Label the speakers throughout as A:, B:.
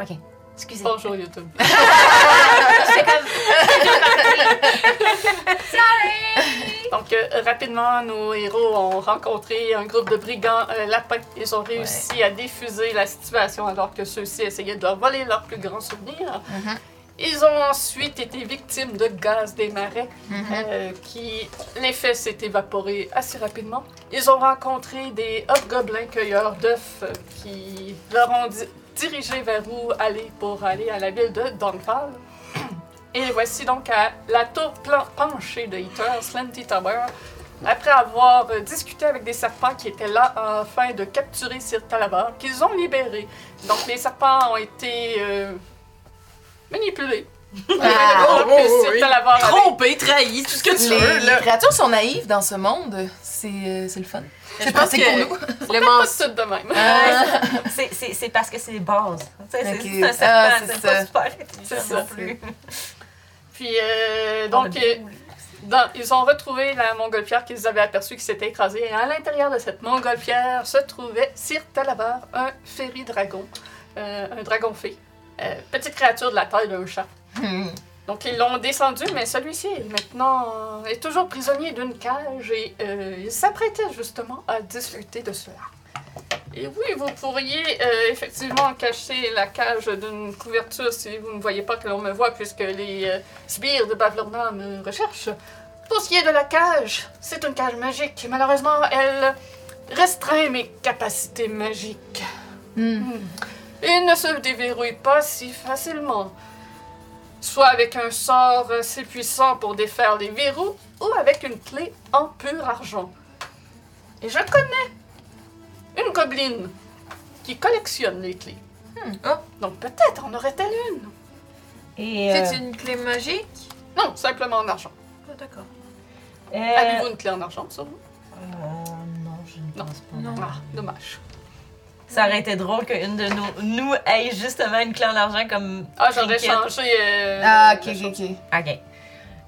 A: Ok. Excusez.
B: Bonjour YouTube.
A: J'étais comme.
B: Donc, euh, rapidement, nos héros ont rencontré un groupe de brigands euh, lapins. Ils ont réussi à diffuser la situation alors que ceux-ci essayaient de leur voler leur plus grand souvenir.
A: Mhm.
B: Ils ont ensuite été victimes de gaz des marais, euh, qui l'effet s'est évaporé assez rapidement. Ils ont rencontré des hobgoblins cueilleurs d'œufs euh, qui leur ont di- dirigé vers où aller pour aller à la ville de Donfall. Et voici donc à la tour plan- penchée de Heater, Slenty Tower. Après avoir euh, discuté avec des serpents qui étaient là afin de capturer Sir Talabar, qu'ils ont libéré. Donc les serpents ont été euh, manipulés.
A: Ah,
B: Alors que
C: oh, oh,
B: Sir
C: oui.
B: Talabar avait-
C: Trompé, trahi, tout ce que tu veux,
D: Les, les
C: là.
D: créatures sont naïves dans ce monde. C'est euh, c'est le fun.
C: Je
D: pas
C: pense
D: c'est
C: que
D: pour nous.
B: pas
C: le mensonge.
B: tout de même.
E: ah. C'est- C'est c'est parce que c'est les bases. Tu sais,
D: Ok.
E: C'est c'est un
D: Ah,
E: serpent,
D: c'est
E: c'est pas
D: ça.
E: super intelligent
B: ça.
E: non plus.
B: Puis euh, donc,
E: Ah,
B: euh,
E: ben,
B: dans- ils ont retrouvé la montgolfière qu'ils avaient aperçue qui s'était écrasée. Et à l'intérieur de cette montgolfière se trouvait Sir Talabar, un ferry dragon, euh, un dragon fée, euh, petite créature de la taille d'un chat.
D: Hmm.
B: Donc ils l'ont descendu, mais celui-ci est maintenant euh, est toujours prisonnier d'une cage et euh, il s'apprêtait justement à discuter de cela. Et oui, vous pourriez euh, effectivement cacher la cage d'une couverture si vous ne voyez pas que l'on me voit, puisque les euh, sbires de Bavlorna me recherchent. Pour ce qui est de la cage, c'est une cage magique. Malheureusement, elle restreint mes capacités magiques.
D: Hmm.
B: Il ne se déverrouille pas si facilement. Soit avec un sort assez puissant pour défaire les verrous, ou avec une clé en pur argent. Et je connais une gobeline qui collectionne les clés.
C: Ah.
B: Donc peut-être en aurait-elle une.
E: Et, euh,
C: C'est une clé magique?
B: Non, simplement en argent.
C: Ah, D'accord.
E: euh,
B: Avez-vous une clé en argent sur vous?
E: euh, non, je ne
B: Non.
E: pense pas.
C: Non.
B: Ah, dommage.
E: Ça aurait été drôle qu'une de nous, nous ait justement une clé en argent comme.
B: Ah, j'aurais
E: trinket.
B: changé. euh,
D: Ah, ok,
B: la
D: ok,
B: chose.
D: ok.
E: Ok.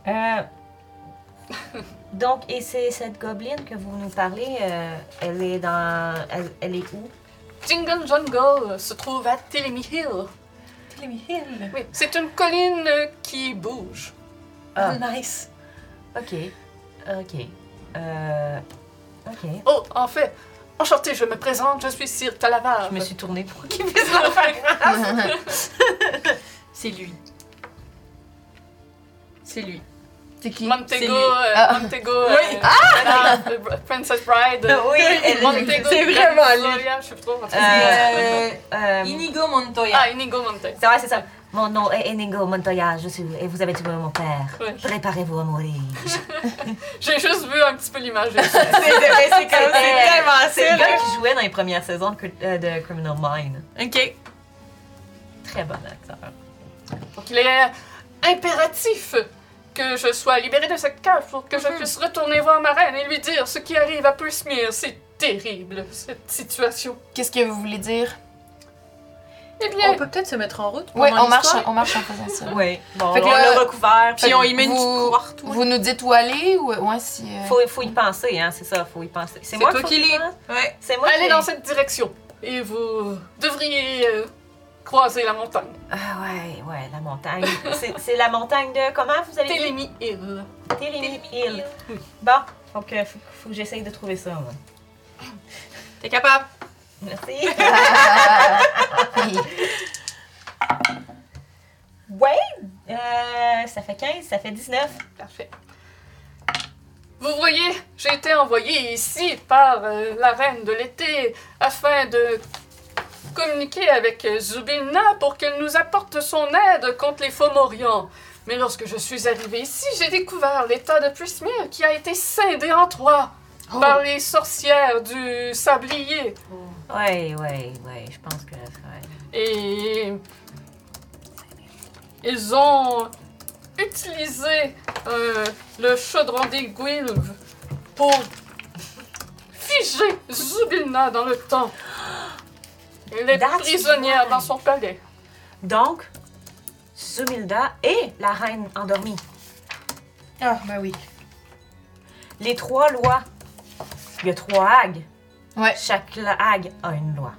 E: Euh, donc, et c'est cette gobeline que vous nous parlez, euh, elle est dans. Elle, elle est où?
B: Jingle Jungle se trouve à Telemi Hill. Oui, c'est une colline euh, qui bouge.
E: Ah.
C: Nice.
E: Ok. Ok. Euh. Ok.
B: Oh, en fait, enchanté, je me présente, je suis Sir Talavar.
E: Je me suis tournée pour qu'il
C: C'est lui. C'est lui.
D: C'est qui?
C: C'est
B: Montego,
C: lui.
B: euh,
D: Ah.
B: Montego, euh, ah! Princess Bride. euh,
E: Oui, elle-
B: Montego,
C: c'est
B: Grand
C: vraiment lui.
B: Victoria, Je suis trop
E: Euh,
B: euh...
E: euh,
C: Inigo Montoya.
B: Ah, Inigo Montego.
E: C'est vrai, c'est ça. Mon nom est Enigo Montoya, je suis. Et vous avez tué mon père.
B: Ouais.
E: Préparez-vous à mourir.
B: J'ai juste vu un petit peu l'image.
C: C'est Ah, c'est comme-
E: C'était-
C: c'est tellement
E: C'est
C: ça,
E: le
C: là.
E: gars qui jouait dans les premières saisons de, Cri- euh, de Criminal Mind.
C: Ok.
E: Très bon acteur.
B: Donc, il est impératif que je sois libérée de cette cave pour que je puisse retourner voir ma reine et lui dire ce qui arrive à Pulsmere. C'est terrible, cette situation.
D: Qu'est-ce que vous voulez dire?
B: Eh bien,
C: On peut peut-être se mettre en route.
D: Ouais,
C: pendant
D: on marche,
C: l'histoire.
D: on marche en faisant ça.
E: Oui. Bon,
D: Fait que
E: on
D: là-
E: l'a recouvert.
C: Puis on y met une petite
D: Vous-
C: couloir, tout.
D: Vous nous dites où aller ou ouais, si. euh,
E: Faut, faut y penser, hein, c'est ça, faut y penser.
C: C'est
E: moi
C: toi
E: faut
C: qui
E: y
C: l'es.
E: penser?
C: Ouais.
E: hein? C'est moi
B: allez
E: qui
B: dans cette direction et vous devriez euh, croiser la montagne.
E: Ah ouais, ouais, la montagne. c'est c'est la montagne de. Comment vous avez dit
B: Telemi Hill.
E: Télémi Hill. Bon, donc euh, faut, faut que j'essaye de trouver ça. moi.
C: T'es capable.
E: Merci.
D: oui.
E: ouais, euh, ça fait 15, ça fait 19.
B: Parfait. Vous voyez, j'ai été envoyée ici par euh, la reine de l'été afin de communiquer avec euh, Zubilna pour qu'elle nous apporte son aide contre les faux morians. Mais lorsque je suis arrivée ici, j'ai découvert l'état de Prismir qui a été scindé en trois
D: Oh.
B: par les sorcières du sablier.
E: Ouais, ouais, ouais, je pense que. Ouais.
B: Et ils ont utilisé euh, le chaudron des Guilves pour figer Zubilna dans le temps. Elle est
E: That's
B: prisonnière
E: why.
B: dans son palais.
E: Donc, Sumilda et la reine endormie.
D: Ah, ben oui.
E: Les trois lois. Il y a trois hagues.
D: Ouais.
E: Chaque la- hague a une loi.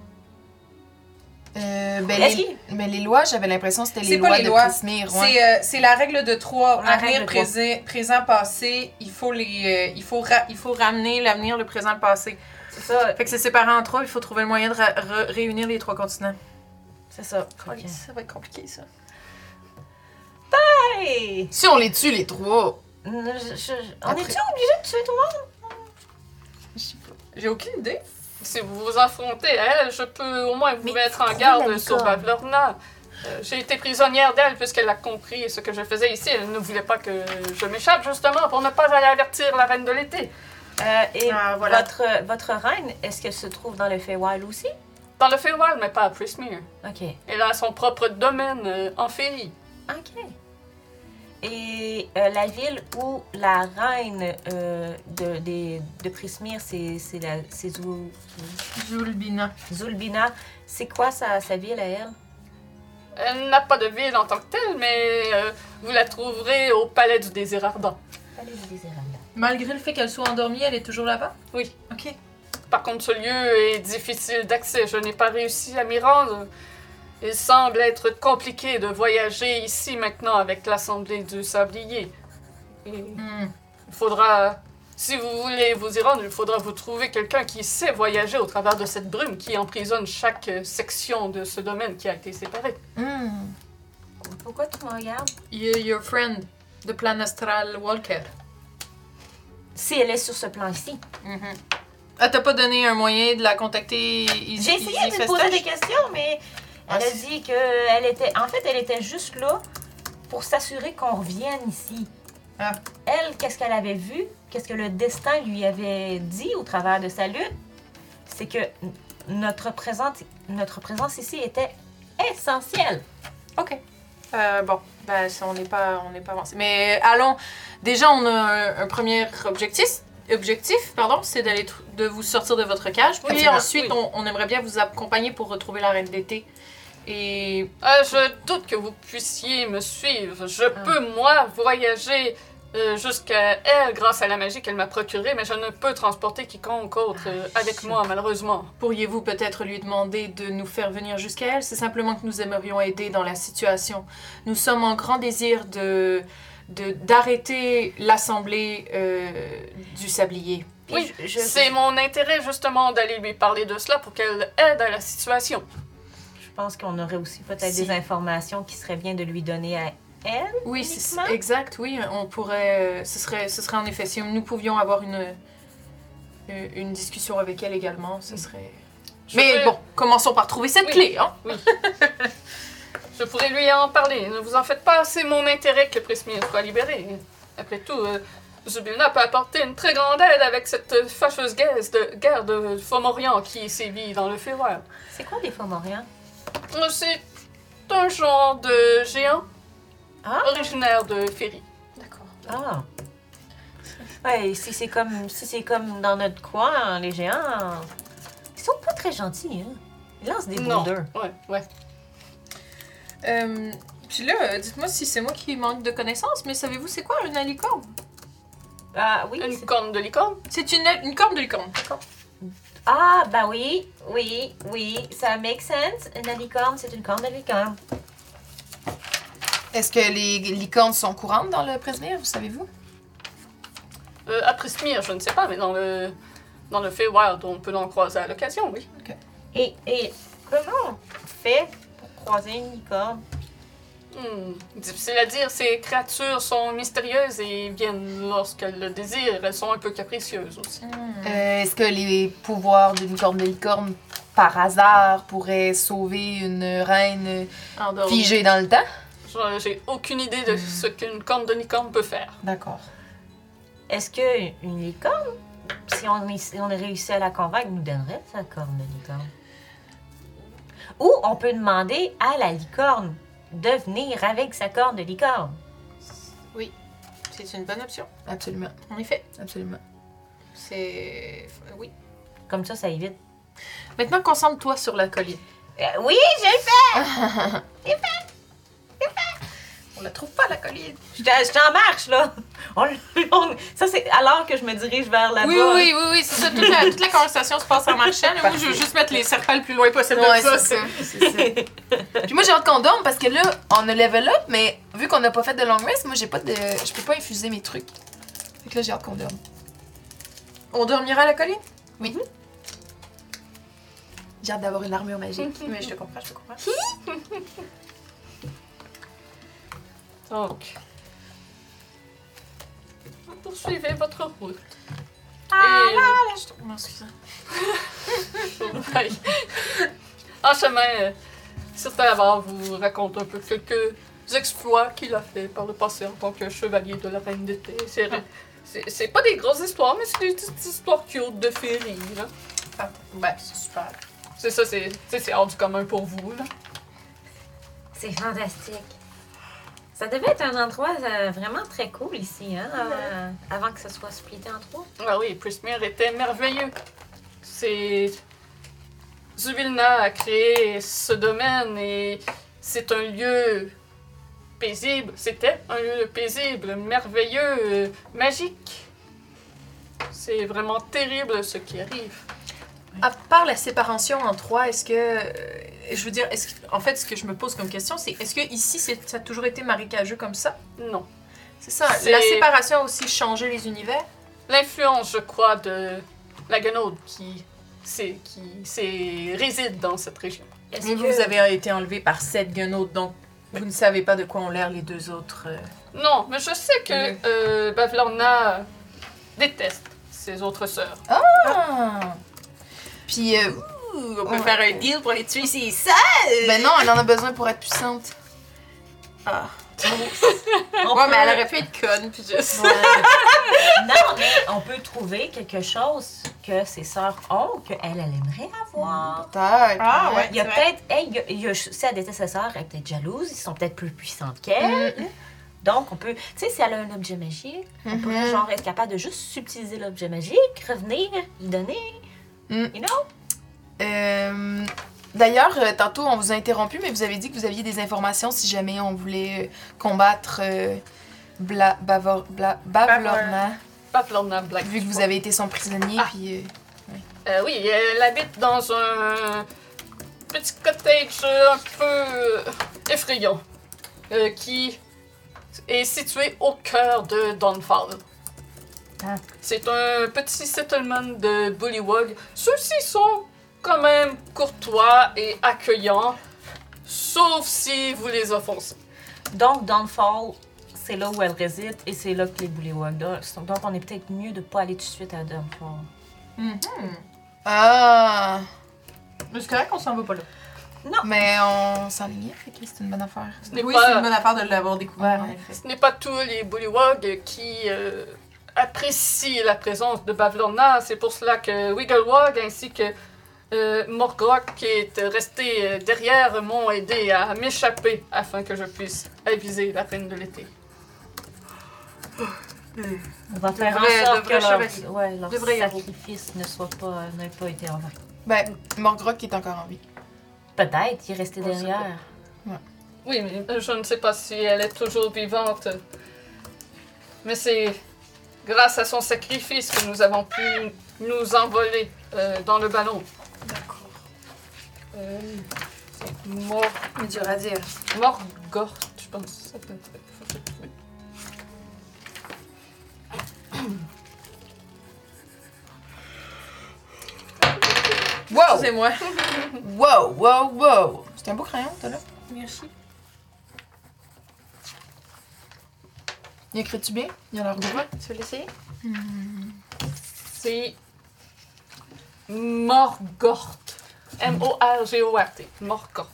D: Euh, ben,
E: Est-ce
D: les, ben, les lois, j'avais l'impression que c'était les
F: C'est pas
D: lois
F: les
D: de
F: lois,
D: Prismir. ouais.
F: C'est euh, c'est la règle de trois.
E: La
F: Avenir,
E: règle de trois.
F: présent, présent, passé. Il faut les, euh, il faut, ra-
C: Il faut ramener l'avenir, le présent, le passé.
E: C'est ça.
C: Fait que c'est séparé en trois, il faut trouver le moyen de ra- re- réunir les trois continents.
E: C'est ça.
B: Ok, Ça va être compliqué, ça.
E: Hey!
D: Si on les tue, les trois.
E: Je- je- je- On
D: Après.
E: est-tu obligé de tuer tout le monde?
F: J'ai aucune idée.
B: Si vous vous affrontez à elle, je peux au moins vous
E: Mais
B: mettre
E: faut
B: en
E: trouver
B: garde
E: la
B: sur
E: licorne.
B: Bavlorna. Euh, J'ai été prisonnière d'elle puisqu'elle a compris ce que je faisais ici. Elle ne voulait pas que je m'échappe justement pour ne pas aller avertir la reine de l'été.
E: Euh, et
D: Ah, voilà.
E: votre, votre reine, est-ce qu'elle se trouve dans le Feywild aussi?
B: Dans le Feywild, mais pas à Prismere.
E: Ok.
B: Elle a son propre domaine euh, en Féerie.
E: Ok. Et euh, la ville où la reine euh, de, des- de Prismir, c'est c'est la- c'est Zul-
C: Julbina.
E: Zulbina, c'est quoi sa, sa ville à elle?
B: Elle n'a pas de ville en tant que telle, mais euh, vous la trouverez au palais du désir ardent.
E: Palais du désir ardent.
C: Malgré le fait qu'elle soit endormie, elle est toujours là-bas?
B: Oui.
C: Ok.
B: Par contre, ce lieu est difficile d'accès. Je n'ai pas réussi à m'y rendre. Il semble être compliqué de voyager ici maintenant avec l'Assemblée du Sablier. Et
C: Hmm.
B: Il faudra, si vous voulez vous y rendre, il faudra vous trouver quelqu'un qui sait voyager au travers de cette brume qui emprisonne chaque euh, section de ce domaine qui a été séparé.
D: Hmm.
E: Pourquoi tu me regardes?
C: You're your friend, the plan astral walker.
E: Si elle est sur ce plan ici.
C: Elle t'a Ah, pas donné un moyen de la contacter? easy-
E: J'ai essayé
C: easy
E: de lui poser
C: festage?
E: des questions, mais
C: Ah,
E: elle a
C: c'est-
E: dit qu'elle était. En fait, elle était juste là pour s'assurer qu'on revienne ici.
D: Ah.
E: Elle, qu'est-ce qu'elle avait vu, qu'est-ce que le destin lui avait dit au travers de sa lutte, c'est que n- notre présence, notre présence ici était essentielle.
C: Ok. Euh, bon, ben, ça, on n'est pas, on n'est pas avancé. Mais euh, allons. Déjà, on a un, un premier objectif, objectif, pardon, c'est d'aller tr- de vous sortir de votre cage. Puis
B: Absolument,
C: ensuite,
B: oui.
C: on, on aimerait bien vous accompagner pour retrouver la reine d'été. Et
B: Ah, je doute que vous puissiez me suivre.
C: Ah.
B: Je peux, moi, voyager euh, jusqu'à elle grâce à la magie qu'elle m'a procurée, mais je ne peux transporter quiconque
C: Ah,
B: autre euh, avec moi, malheureusement.
C: pourriez-vous peut-être lui demander de nous faire venir jusqu'à elle C'est simplement que nous aimerions aider dans la situation. Nous sommes en grand désir de de- d'arrêter l'assemblée euh, du sablier.
E: Puis
B: Oui,
E: je- je-
B: C'est mon intérêt, justement, d'aller lui parler de cela pour qu'elle aide à la situation.
E: Je pense qu'on aurait aussi peut-être
C: Si.
E: des informations qui seraient bien de lui donner à elle.
C: Oui, c'est
E: uniquement?
C: exact, oui. On pourrait. euh, Ce serait, ce serait en effet, si nous pouvions avoir une, une une discussion avec elle également, ce serait.
B: Je
C: Mais
B: vais-
C: bon, commençons par trouver cette
B: Oui.
C: clé, hein?
B: Je pourrais lui en parler. Ne vous en faites pas, c'est mon intérêt que Prismir soit libérée. Après tout, euh, Zubina peut apporter une très grande aide avec cette fâcheuse guerre de, guerre de Fomorian qui sévit dans le Feywild.
E: C'est quoi des Fomoriens?
B: Euh, C'est un genre de géant
E: Ah.
B: originaire de Ferry.
C: D'accord.
E: Ah. Ouais, si c'est comme si c'est comme dans notre coin, hein, les géants, hein, ils sont pas très gentils. Hein. Ils lancent des
B: Non.
E: boulders.
B: Ouais, ouais.
C: Euh, puis là, euh, dites-moi si c'est moi qui manque de connaissances, mais savez-vous c'est quoi une alicorne?
E: Ah oui.
B: Une
E: c'est-
B: corne de licorne.
C: C'est une, une corne de licorne.
E: Ah bah oui, oui, oui, ça make sense. Une licorne, c'est une corne de licorne.
D: Est-ce que les licornes sont courantes dans le Prismir, vous savez-vous?
B: Euh, à Prismir, je ne sais pas, mais dans le, dans le Feywild, on peut l'en croiser à l'occasion, oui.
E: Et, et comment on fait pour croiser une licorne
B: Hmm, difficile à dire, ces créatures sont mystérieuses et viennent lorsqu'elles le désirent. Elles sont un peu capricieuses aussi.
C: Hmm.
D: Euh, Est-ce que les pouvoirs d'une corne de licorne, par hasard, pourraient sauver une reine
C: En dehors.
D: figée dans le temps?
B: Je- J'ai aucune idée
E: Hmm.
B: de ce qu'une corne de licorne peut faire.
D: D'accord.
E: Est-ce que une licorne, si on, est- si on réussit à la convaincre, nous donnerait sa corne de licorne Ou on peut demander à la licorne de venir avec sa corne de licorne.
C: C'est une bonne option.
D: Absolument,
C: En effet,
D: absolument.
C: c'est oui.
E: Comme ça, ça évite.
C: Maintenant, concentre-toi sur la colline.
E: Euh, oui, j'ai le fait! J'ai le fait! J'ai le fait!
F: On la trouve pas, la colline.
E: J'étais j'étais en marche, là. On, on- ça, c'est alors que je me dirige vers là-bas.
C: Oui, oui, oui, oui, c'est ça. Toute la, toute la conversation se passe en marchant. là. Moi, je veux juste mettre les serpents le plus loin possible de
D: Ouais,
C: ça.
D: c'est ça. c'est ça. Puis moi, j'ai hâte qu'on dorme parce que là, on a level up, mais vu qu'on n'a pas fait de long rest, moi, j'ai pas de. Je peux pas infuser mes trucs. Fait que là, j'ai hâte qu'on dorme.
F: On dormira à la colline?
D: J'ai hâte d'avoir une armure magique.
F: Mais je te comprends, je te comprends.
B: Donc, vous poursuivez votre route.
E: Ah,
B: Et-
F: euh,
B: Ouais. en chemin, euh, certains avant vous raconte un peu quelques exploits qu'il a fait par le passé en tant que chevalier de la Reine d'été. C'est,
F: Ah.
B: c'est- c'est pas des grosses histoires, mais c'est des petites histoires cute de faire rire. hein.
F: Ben, c'est super.
B: C'est ça, c'est, c'est, c'est hors du commun pour vous. Là.
E: C'est fantastique. Ça devait être un endroit euh, vraiment très cool ici, hein, euh, avant que ça soit splitté en trois.
B: Ah oui, Prismir était merveilleux. C'est. Zuvilna a créé ce domaine et c'est un lieu paisible. C'était un lieu paisible, merveilleux, euh, magique. C'est vraiment terrible ce qui arrive.
C: À part la séparation en trois, est-ce que. euh, Je veux dire, est-ce que- en fait, ce que je me pose comme question, c'est est-ce que ici, c'est- ça a toujours été marécageux comme ça
B: Non.
C: C'est ça.
B: C'est-
C: La séparation a aussi changé les univers
B: L'influence, je crois, de la Ganaude qui, c'est, qui c'est- réside dans cette région.
E: Est-ce
C: Mais
E: que-
C: vous avez été enlevé par sept guenaudes, donc vous ne savez pas de quoi ont l'air les deux autres. euh.
B: Non, mais je sais que
C: Mieux.
B: euh, Bavlorna déteste ses autres sœurs.
D: Ah. Puis, euh,
C: On
D: peut
C: faire un deal pour les tuer, c'est ça
D: ben non, elle en a besoin pour être puissante.
E: on
C: Ouais, mais
E: peut-
C: elle aurait pu être conne, puis juste.
E: Non, mais on peut trouver quelque chose que ses sœurs ont, qu'elle, elle aimerait
C: Mm.
E: avoir.
D: Peut-être.
F: Ah, ouais.
E: Il y a
F: c'est
E: peut-être, hey, il y a- il y a- si elle déteste ses sœurs, elle est peut-être jalouse, ils sont peut-être plus puissants qu'elle.
C: Mm-hmm.
E: Donc, on peut, tu sais, si elle a un objet magique, on
D: Mhm.
C: Mm-hmm.
E: pourrait genre être capable de juste subtiliser l'objet magique, revenir, lui donner.
D: Mm.
E: You know?
D: Euh, D'ailleurs, euh, tantôt, on vous a interrompu, mais vous avez dit que vous aviez des informations si jamais on voulait euh, combattre euh, Bla, Bavor- Bla- Bavlorna,
B: Bavlorna Black.
D: vu que vous avez été son prisonnier.
B: Ah.
D: Puis, euh,
B: Euh, oui, elle habite dans un petit cottage euh, un peu euh, effrayant euh, qui est situé au cœur de Dawnfall.
E: Ah.
B: C'est un petit settlement de Bullywog. Ceux-ci sont quand même courtois et accueillants, sauf si vous les offensez.
E: Donc, Downfall, c'est là où elle réside et c'est là que les Bullywugs sont. Donc, on est peut-être mieux de pas aller tout de suite à Downfall.
D: Ah!
F: Mais c'est correct qu'on s'en va pas là.
D: Mais on s'enlignait, fait que c'est une bonne affaire.
B: Ce n'est
F: oui,
B: pas-
F: c'est une bonne affaire de l'avoir découvert,
D: Ouais.
F: en effet.
B: Ce n'est pas tous les Bullywog qui euh, apprécient la présence de Bavlorna. C'est pour cela que Wigglewog ainsi que euh, Morgrock, qui est resté euh, derrière, m'ont aidé à m'échapper afin que je puisse aviser la reine de l'été.
E: On va faire
C: vrai-
E: en sorte
C: de
E: que
C: vrai
E: leur,
C: chevalier.
E: ouais, leur
C: De vrai héros.
E: sacrifice ne soit pas, n'ait pas été en vain.
D: Ben, Morgrock est encore en vie.
E: Peut-être, il est resté
B: On sait
E: derrière.
B: Oui, mais je ne sais pas si elle est toujours vivante. Mais c'est grâce à son sacrifice que nous avons pu nous envoler euh, dans le ballon.
F: D'accord.
B: Euh, Mor-
F: Mais dur à dire.
B: Morgoth, je pense. que ça peut être- faut que je trouve.
D: Wow!
C: Excusez-moi.
D: Wow, wow, wow! C'est un beau crayon, t'as là?
F: Merci.
D: Il écrit-tu bien? Il a l'air gros.
F: Tu veux l'essayer?
D: Mm.
B: C'est Morgoth. M-O-R-G-O-R-T. Morgoth.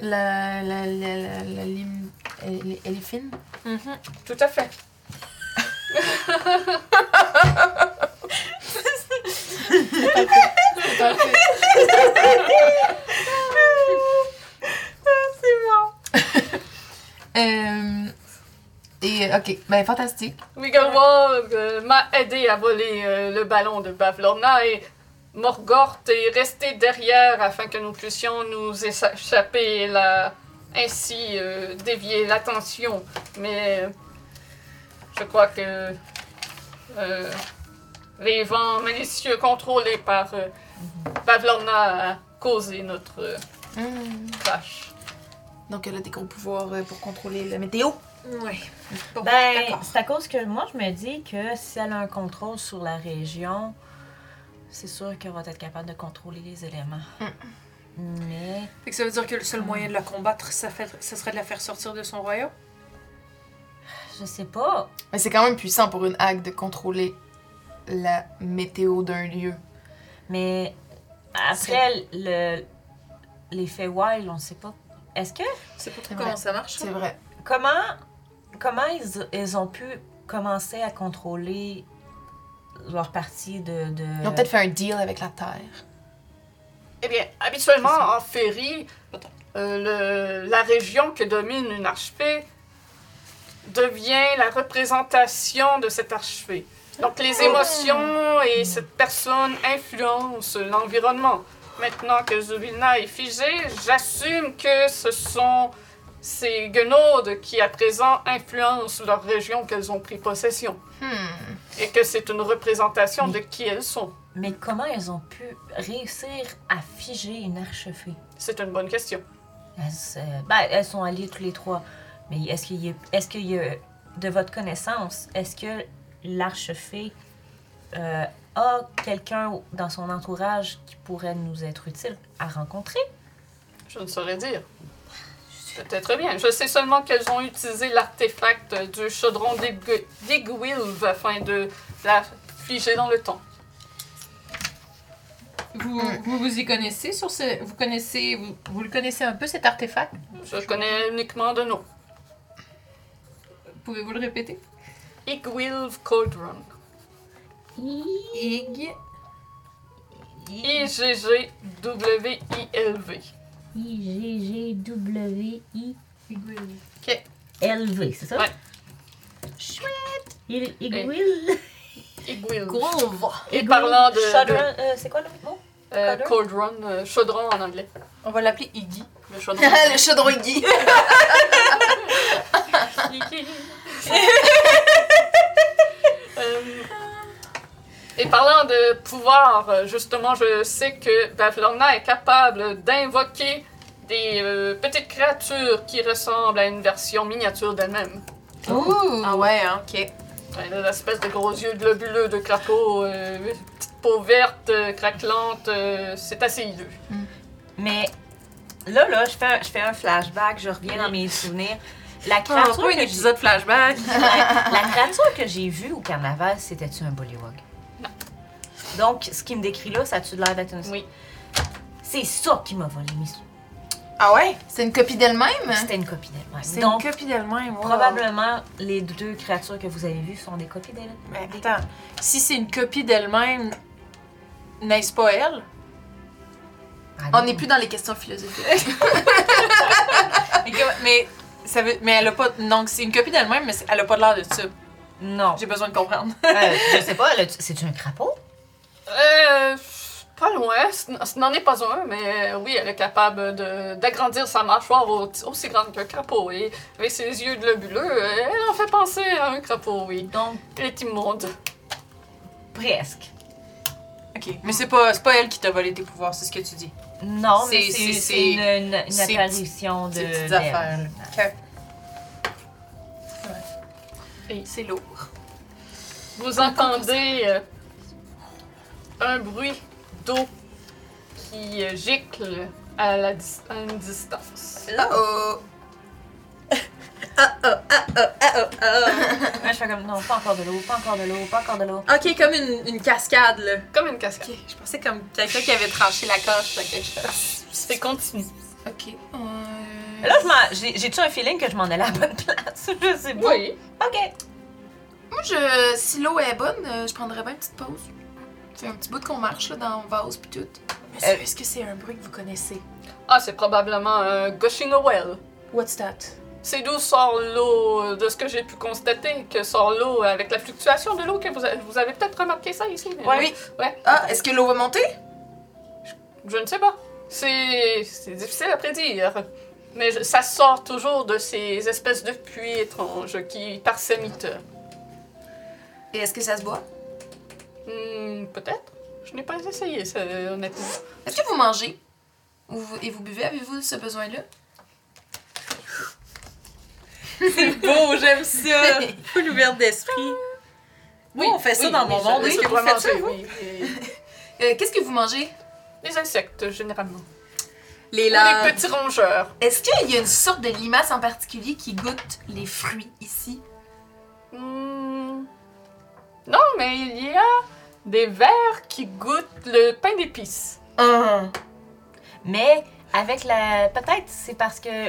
D: La, la, la, la, la lime, elle, elle est fine.
B: Tout à fait.
D: Euh,
C: euh,
D: et, ok, ben fantastique.
B: Wigglewog euh, m'a aidé à voler euh, le ballon de Bavlorna et Morgoth est resté derrière afin que nous puissions nous échapper et la ainsi euh, dévier l'attention. Mais euh, je crois que euh, les vents malicieux contrôlés par euh, Pavlovna a causé notre euh,
D: Hmm.
B: crash.
D: Donc elle a des gros pouvoirs euh, pour contrôler la météo.
C: Ouais. Bon,
E: Ben,
C: d'accord.
E: c'est à cause que moi, je me dis que si elle a un contrôle sur la région, c'est sûr qu'elle va être capable de contrôler les éléments. Mais.
C: Fait que ça veut dire que le seul moyen de la combattre, ça, fait, ça serait de la faire sortir de son royaume?
E: Je sais pas.
D: Mais c'est quand même puissant pour une hague de contrôler la météo d'un lieu.
E: Mais après le l'effet wild, on sait pas. Est-ce que
F: C'est pas
D: C'est
F: trop
D: vrai.
F: comment ça marche.
D: C'est vrai.
E: comment comment ils, ils ont pu commencer à contrôler leur partie de, de...
D: Ils ont peut-être fait un deal avec la Terre.
B: Eh bien, habituellement, en ferry, euh, le- la région que domine une archevée devient la représentation de cette archevée. Donc, les émotions et cette personne influencent l'environnement. Maintenant que Zulina est figée, j'assume que ce sont ces guenaudes qui, à présent, influencent leur région qu'elles ont pris possession.
D: Hmm.
B: Et que c'est une représentation de qui elles sont.
E: Mais comment ils ont pu réussir à figer une archevêque
B: C'est une bonne question.
E: elles, se- ben, elles sont alliées tous les trois. Mais est-ce qu'il y a, est-ce qu'il y a- de votre connaissance, est-ce que l'archefée euh, a quelqu'un dans son entourage qui pourrait nous être utile à rencontrer?
B: Je ne saurais dire. Peut-être bien. Je sais seulement qu'elles ont utilisé l'artefact du chaudron d'Ig- d'Igwilv afin de la figer dans le temps.
F: Vous,
C: Mm.
F: vous vous y connaissez sur ce. Vous connaissez. Vous, vous le connaissez un peu cet artefact
B: Je connais uniquement de nom.
F: Pouvez-vous le répéter
B: Igwilv Cauldron.
F: Ig.
B: I-G-G-W-I-L-V.
E: I-G-G-W-I-L-V,
B: Ok.
E: c'est ça?
B: Ouais.
E: Chouette! Il, il,
B: Et-
E: will-
B: Igwilv.
F: Groove.
B: Et parlant de,
E: Shudder,
B: de,
E: euh, c'est quoi le mot?
B: euh,
E: Shudder?
B: Cauldron, euh, chaudron en anglais.
F: On va l'appeler Iggy.
B: Le chaudron.
D: le chaudron Guy.
B: Euh, Et parlant de pouvoir, euh, justement, je sais que Bavlorna est capable d'invoquer des euh, petites créatures qui ressemblent à une version miniature d'elle-même.
F: Ouh.
C: Ah ouais, hein, ok.
B: Elle a l'espèce de gros yeux globuleux de crapaud, euh, petite peau verte, euh, craquelante, euh, c'est assez hideux.
E: Mais là, là, je fais un, je fais un flashback, je reviens dans mes souvenirs.
B: Ah,
E: La
C: Oh.
E: créature, que j'ai-
F: flashback.
E: la créature que j'ai vue au carnaval, c'était-tu un bullywog? Donc, ce qu'il me décrit là, ça a-tu l'air d'être un...
B: Oui.
E: C'est ça qui m'a volé mes sous.
C: Ah ouais?
D: C'est une copie d'elle-même.
E: C'était une copie d'elle-même.
C: C'est une
E: Donc,
C: copie d'elle-même, wow.
E: probablement, les deux créatures que vous avez vues sont des copies d'elle.
C: Mais attends, si c'est une copie d'elle-même, n'est-ce pas elle?
E: Ah
D: On
E: non.
D: n'est plus dans les questions philosophiques.
C: Mais, comme- mais ça veut, mais elle a pas. Donc c'est une copie d'elle-même, mais c'est- elle a pas l'air de ça.
E: Non.
C: J'ai besoin de comprendre.
E: Euh, je sais pas, là, tu- c'est-tu un crapaud?
B: Euh, pas loin, ce n- ce n'en est pas un, mais euh, oui, elle est capable de- d'agrandir sa mâchoire au- aussi grande qu'un crapaud. Et avec ses yeux globuleux, euh, elle en fait penser à un crapaud, oui.
E: Donc,
B: Elle est immonde.
E: presque.
C: Ok. Mais c'est pas, c'est pas elle qui t'a volé tes pouvoirs, c'est ce que tu dis.
E: Non, mais
F: C'est-
E: c'est
F: c'est-
E: c'est une, une- une
F: c'est-
E: apparition de.
F: Ces petites
E: d'elle.
F: affaires. là.
C: C'est lourd.
B: Vous entendez euh, un bruit d'eau qui euh, gicle à, la dis- à une distance.
D: oh.
C: Ah,
E: Moi, je fais comme non, pas encore de l'eau, pas encore de l'eau, pas encore de l'eau.
C: Ok, comme une, une cascade là.
B: Comme une cascade.
C: Je pensais comme quelqu'un qui avait tranché la coche ou quelque chose.
B: C'est continu.
D: Ok. Euh,
E: Mais Là, je m'en- j'ai- j'ai-tu un feeling que je m'en allais à la bonne place? Je sais pas.
B: Oui.
E: Ok.
D: Moi, je, si l'eau est bonne, euh, je prendrais bien une petite pause. C'est un petit bout qu'on marche là, dans vase puis tout. Mais ça,
E: Euh,
D: est-ce que c'est un bruit que vous connaissez?
B: Ah, c'est probablement euh, un gushing well.
D: What's that?
B: C'est d'où sort l'eau, euh, de ce que j'ai pu constater, que sort l'eau avec la fluctuation de l'eau, que vous, a- vous avez peut-être remarqué ça ici. mais
D: Ouais.
B: oui, Ouais.
D: Ah, est-ce que l'eau va monter?
B: Je ne sais pas. C'est c'est difficile à prédire. Mais je- ça sort toujours de ces espèces de puits étranges qui parsèment.
D: Et est-ce que ça se boit?
B: Hmm, Peut-être. Je n'ai pas essayé, ça, honnêtement.
D: Est-ce que vous mangez? Ou vous- et vous buvez? Avez-vous ce besoin-là?
G: Beau, j'aime ça. Full ouverte d'esprit. Oui, on fait ça dans mon monde.
B: Oui,
G: Est-ce
B: je
G: que vous
B: dois
G: faites ça,
B: manger,
G: vous?
B: oui. Et-
D: Euh, Qu'est-ce que vous mangez?
B: Les insectes, généralement.
G: Les
B: Ou
G: larves.
B: les petits rongeurs.
D: Est-ce qu'il y a une sorte de limace en particulier qui goûte les fruits ici?
B: Hmm. Non, mais il y a des vers qui goûtent le pain d'épices.
G: Ah.
E: Mais avec la. Peut-être c'est parce que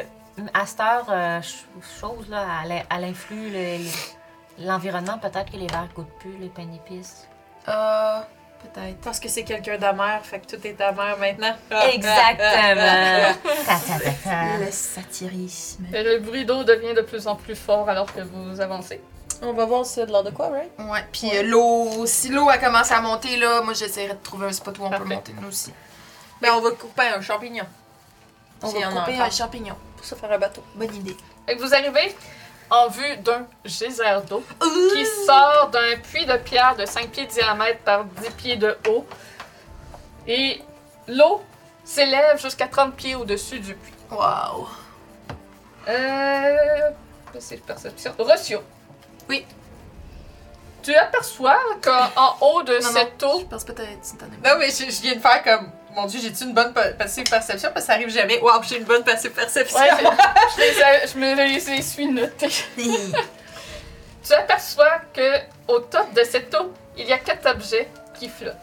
E: à cette heure, euh, ch- chose, là, elle, elle influe le- le- l'environnement, peut-être que les verres goûtent plus les pains d'épices.
D: Euh, peut-être.
G: Parce que c'est quelqu'un d'amer, fait que tout est amer maintenant.
E: Ah.
G: Ah.
E: Exactement! Ta, ta, ta, ta.
D: Le satirisme.
B: Et le bruit d'eau devient de plus en plus fort alors que vous avancez.
G: On va voir si c'est de l'ordre de quoi, right?
D: Ouais, puis euh, l'eau, si l'eau a commencé à monter là, moi j'essaierai de trouver un spot où on peut
B: Parfait.
D: monter nous aussi.
G: Ben, on va couper un champignon.
D: On
G: S'il y
D: va
G: en a
D: couper
G: encore.
D: un champignon.
G: Pour se faire un bateau.
D: Bonne idée.
B: Et vous arrivez en vue d'un geyser d'eau qui sort d'un puits de pierre de 5 pieds de diamètre par 10 pieds de haut. Et l'eau s'élève jusqu'à 30 pieds au-dessus du puits.
D: Wow.
B: Euh. C'est perception. Rocio.
D: Oui.
B: Tu aperçois qu'en haut de
D: Non,
B: cette
D: non,
B: eau,
D: Je pense peut-être c'est un ami.
G: Non, mais Ben je, je viens de faire comme. Mon dieu, j'ai-tu une bonne pa- passive perception? Parce que ça arrive jamais. Waouh, j'ai une bonne passive perception.
B: Ouais, je, je les ai- je me les suis notés. tu aperçois que au top de cette eau, il y a quatre objets qui flottent.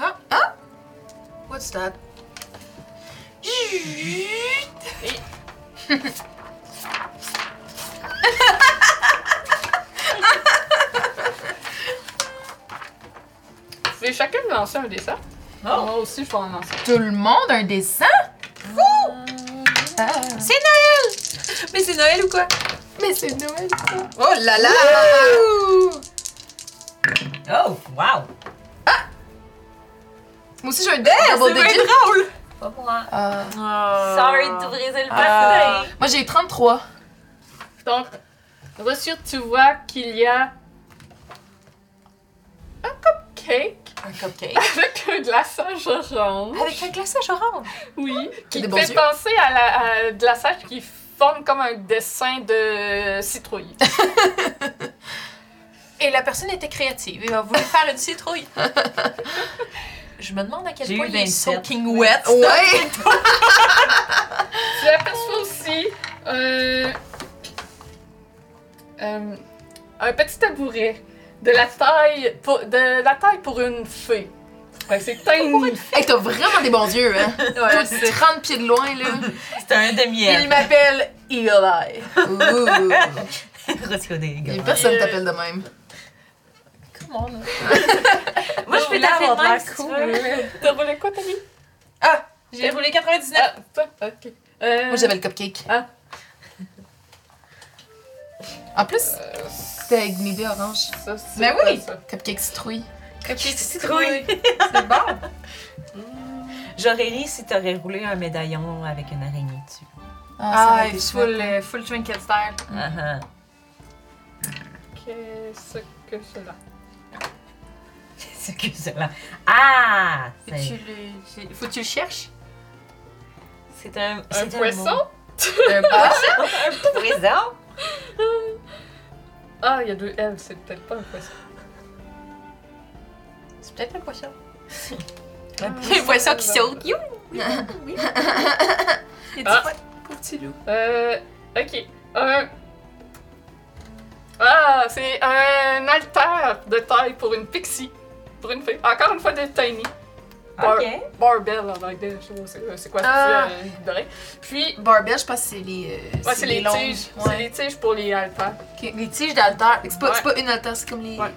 D: Hein? What's that?
B: Vous pouvez chacun me lancer un dessin.
G: Oh.
B: Moi aussi, je vais en lancer.
D: Tout le monde un dessin? Ah.
G: Mais c'est Noël ou quoi?
D: Mais c'est Noël ça.
G: Oh là là!
E: Oh, wow!
D: Moi aussi j'ai un dessin double digit.
G: drôle!
E: Pas pour moi.
D: Euh,
E: Sorry de vous briser le
G: Ah.
E: passé.
D: moi j'ai eu 33.
B: Donc, Rocio, tu vois qu'il y a un cupcake
G: Un cupcake.
B: avec un glaçage orange.
G: Avec un glaçage orange.
B: Oui, qui
D: des
B: te
D: bons
B: fait
D: yeux.
B: penser à la à de la sage qui forme comme un dessin de citrouille.
G: Et la personne était créative. Elle a voulu faire une citrouille. Je me demande à quel
E: J'ai
G: point
E: eu
G: il est
E: 27.
G: soaking wet.
D: Ouais!
B: tu aperçois aussi euh, euh, un petit tabouret de la taille pour, de la taille pour une fée. Fait que c'est tiny.
D: hey, t'as vraiment des bons yeux, hein? Toi,
G: Ouais.
D: 30 pieds de loin, là.
E: C'était un
G: Il
E: demi-air.
G: m'appelle Eagle Eye.
D: Ouh!
E: Retirer,
D: Et
E: gars.
D: Personne t'appelle de même.
G: Comment là?
E: Moi, je peux t'appeler de même si tu veux.
G: cool.
B: T'as roulé quoi, t'as dit?
G: J'ai roulé 99.
B: Ah, toi, ok. Euh,
D: Moi, j'avais le cupcake.
B: Ah.
D: En plus, c'était avec une idée orange.
B: Euh, ça, c'est
D: Mais
B: quoi,
D: Ben oui.
B: ça?
D: Cupcake citrouille.
G: Cupcake
E: citrouille.
G: C'est bon.
B: Mm.
E: J'aurais ri si t'aurais roulé un médaillon avec une araignée dessus.
G: Ah,
D: il
G: full, euh, full trinket style.
E: Ah, ah.
B: Qu'est-ce que cela?
E: C'est que cela. Ah!
G: Faut
E: c'est-
G: que tu le- Faut que tu le cherches.
E: C'est un, c'est
B: Un
E: mot.
B: poisson?
D: Ah.
E: Un poisson?
B: Ah, il y a deux L, c'est peut-être pas un poisson.
G: C'est peut-être un poisson.
E: Un
G: Un poisson qui saute. You! Il
B: Ah.
G: petit loup.
B: Euh, ok. Un. Ah, c'est un alter de taille pour une pixie. Pour une fille. Encore une fois, de tiny. Bar-
E: Ok.
B: Barbell en anglais, je sais pas c'est- c'est quoi
D: Ah.
B: ça, euh, doré. Puis,
D: Barbell, je pense que c'est les. euh,
B: ouais, c'est les
D: longues.
B: tiges. C'est
D: Ouais.
B: les tiges pour les alters.
D: Les tiges d'altère. C'est pas, c'est
B: Ouais.
D: pas une altère, c'est comme les.
B: Ouais.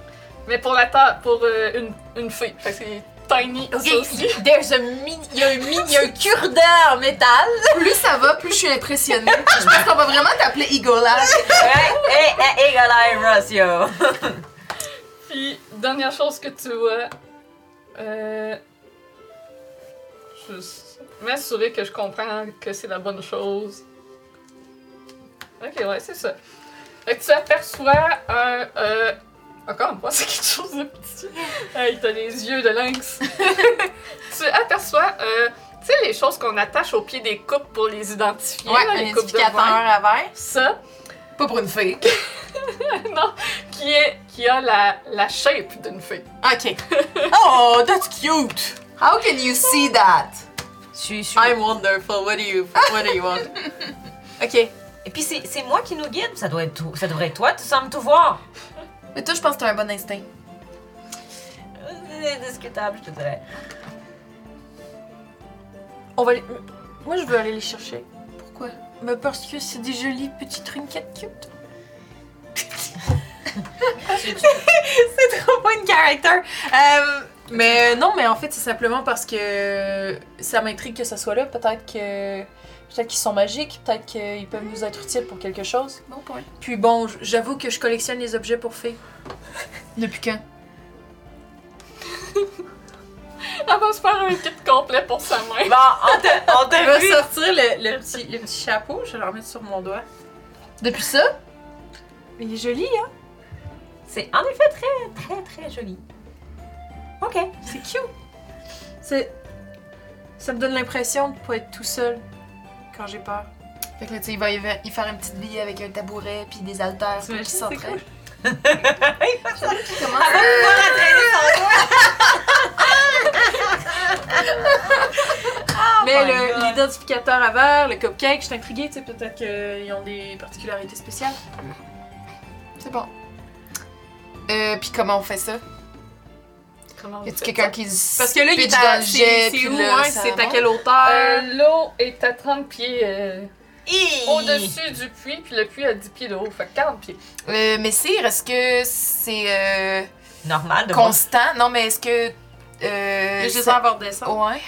B: Mais pour la taille, pour euh, une, une fille. Fait que c'est tiny ça aussi.
G: There's a mini, il y a un mini, il y a un cure-dent en métal.
D: Plus ça va, plus je suis impressionnée. je pense qu'on va vraiment t'appeler Eagle Eye.
E: Hey, hey, hey, Golai Rossio!
B: Puis, dernière chose que tu vois. Euh. Je s- m'assurer que je comprends que c'est la bonne chose. Ok, ouais, c'est ça. Fait que tu aperçois un. euh, encore une fois, c'est quelque chose de petit. Hey, t'as les yeux de lynx. tu aperçois, euh, tu sais, les choses qu'on attache au pied des coupes pour les identifier.
C: Ouais,
B: là,
C: un
B: les coupes de
C: indicateur
B: vin.
C: à verre.
B: Ça,
F: Pas pour une fille.
B: non, qui, est, qui a la, la shape d'une fée.
C: Ok. Oh, that's cute!
G: How can you see that?
E: suis sûre.
G: I'm wonderful. What do you What do you want?
C: Ok.
E: Et puis c'est c'est moi qui nous guide, ça doit être tout- ça devrait être toi, tu sembles tout voir.
D: Mais toi, je pense que t'as un bon instinct.
E: Euh, C'est discutable, je te dirais.
C: On va aller- Moi, je veux aller les chercher.
D: Pourquoi?
C: Bah, parce que c'est des jolies petites trinquettes cute. c'est trop pas une character. Euh, mais euh, non, mais en fait, c'est simplement parce que ça m'intrigue que ça soit là. Peut-être que. Peut-être qu'ils sont magiques, peut-être qu'ils peuvent nous être utiles pour quelque chose.
D: Bon point.
C: Puis bon, j- j'avoue que je collectionne les objets pour fées.
D: Depuis quand?
B: Elle va se faire un kit complet pour sa main.
E: Bon, on te, on
C: Je
E: te
C: vais
E: vu.
C: sortir le, le petit, le petit chapeau, je vais le remettre sur mon doigt.
D: Depuis ça?
C: Il est joli, hein?
E: C'est en effet très, très, très joli. Ok.
C: C'est cute. C'est... Ça me donne l'impression de pas être tout seul quand j'ai peur.
D: Fait que là, tu sais, il va y va- y faire une petite bille avec un tabouret puis des haltères pour qu'ils s'entraînent.
C: Ah, Mais
E: my
C: le-
E: God.
C: l'identificateur à verre, le cupcake, je suis intriguée, tu sais, peut-être qu'ils ont des particularités spéciales.
D: C'est bon. Euh, puis comment on fait ça?
B: Comment on
D: Y a-tu
B: fait
D: quelqu'un qui se
C: Parce que là, il
D: pitche
C: est
D: dans
C: à...
D: le
C: C'est
D: jet,
C: c'est
D: puis
C: où,
D: là,
C: hein?
D: ça
C: C'est à
D: monte?
C: quelle hauteur?
B: Euh, L'eau est à 30 pieds euh,
E: Hi.
B: au-dessus du puits, puis le puits a 10 pieds de haut, fait que 40 pieds.
D: Euh, Messire, est-ce que c'est euh,
E: Normal de voir.
D: constant? Non, mais est-ce que. Euh,
C: Juste
D: ça-
C: avoir des sens.
D: Ouais,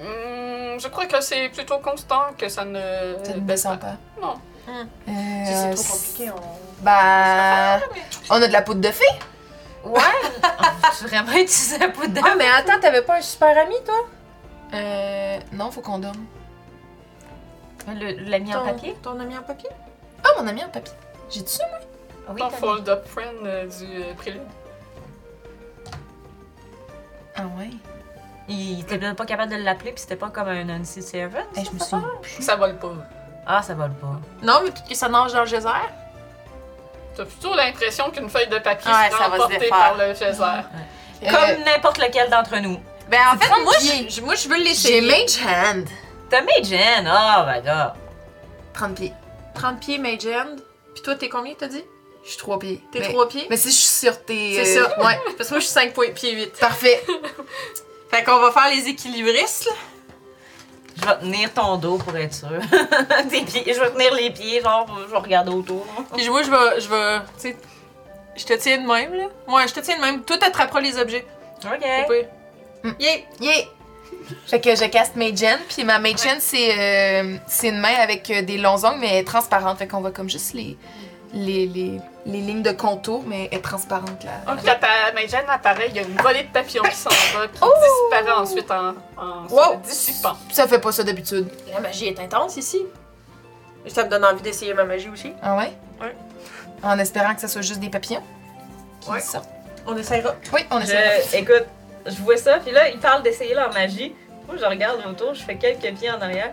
B: Hum, je crois que c'est plutôt constant que ça ne.
D: ça ne descend pas.
B: Non.
D: Euh,
C: Si c'est trop compliqué, on...
D: Bah. On a de la poudre de fée?
E: Ouais. tu vraiment utiliser la poudre
C: Ah, mais attends, t'avais pas un super ami, toi?
D: Euh. Non, faut qu'on dorme.
E: Le- La mis en papier?
C: Ton ami en papier?
D: Ah, mon ami en papier. J'ai-tu ça?
E: Ah Oui,
B: Ton
E: t'as-
B: fold-up friend euh, du euh, prélude.
D: Ah, ouais.
E: Il était même pas capable de l'appeler, puis c'était pas comme un Nancy Servant.
D: Eh, je me suis.
B: Ça vole pas.
E: Ah, ça vole pas.
C: Non, mais peut-être que ça nage dans le geyser.
B: T'as plutôt l'impression qu'une feuille de papier
C: Ouais,
B: se
C: ça va
B: sera
C: se
B: emportée
C: défaire.
B: par le geyser.
E: Comme n'importe lequel d'entre nous.
C: Ben, en fait, moi,
D: pieds.
C: je, je- moi, je veux
D: J'ai
C: l'essayer.
D: Mage Hand.
E: T'as mis Jen, oh my god.
D: 30 pieds.
C: 30 pieds, Mage Hand. Puis toi, t'es combien, t'as dit?
D: Je suis 3 pieds.
C: T'es
D: Mais-
C: 3 pieds?
D: Mais si je suis sur tes.
C: C'est
D: euh,
C: ça, ouais. Parce que moi, je suis 5 pieds 8.
D: Parfait.
C: Fait qu'on va faire les équilibristes, là.
E: Je vais tenir ton dos pour être sûr. Tes pieds, je vais tenir les pieds, genre, je vais regarder autour.
C: Puis moi, je vais. Je vais. Tu sais. Je te tiens de même, là. Ouais, je te tiens de même. Toi, t'attraperas les objets. Au
E: Ok.
C: pire.
D: Mm.
C: Yeah!
D: Yeah! Fait que je caste Mage Hand, puis ma Mage Hand, c'est euh, c'est une main avec euh, des longs ongles, mais elle est transparente. Fait qu'on voit comme juste les, les, les, les lignes de contour, mais elle est transparente là.
B: Quand ta Majen apparaît, il y a une volée de papillons qui s'en va, puis disparaît ensuite en, en se
D: Wow!
B: dissipant.
D: Ça fait pas ça d'habitude.
C: La magie est intense ici. Ça me donne envie d'essayer ma magie aussi.
D: Ah ouais?
C: Ouais.
D: En espérant que ça soit juste des papillons. qui
C: Ouais.
D: sortent.
C: On essaiera.
D: Oui, on essaie.
E: Je- écoute, je vois ça, puis là, ils parlent d'essayer leur magie. Moi, je regarde autour, je fais quelques pieds en arrière.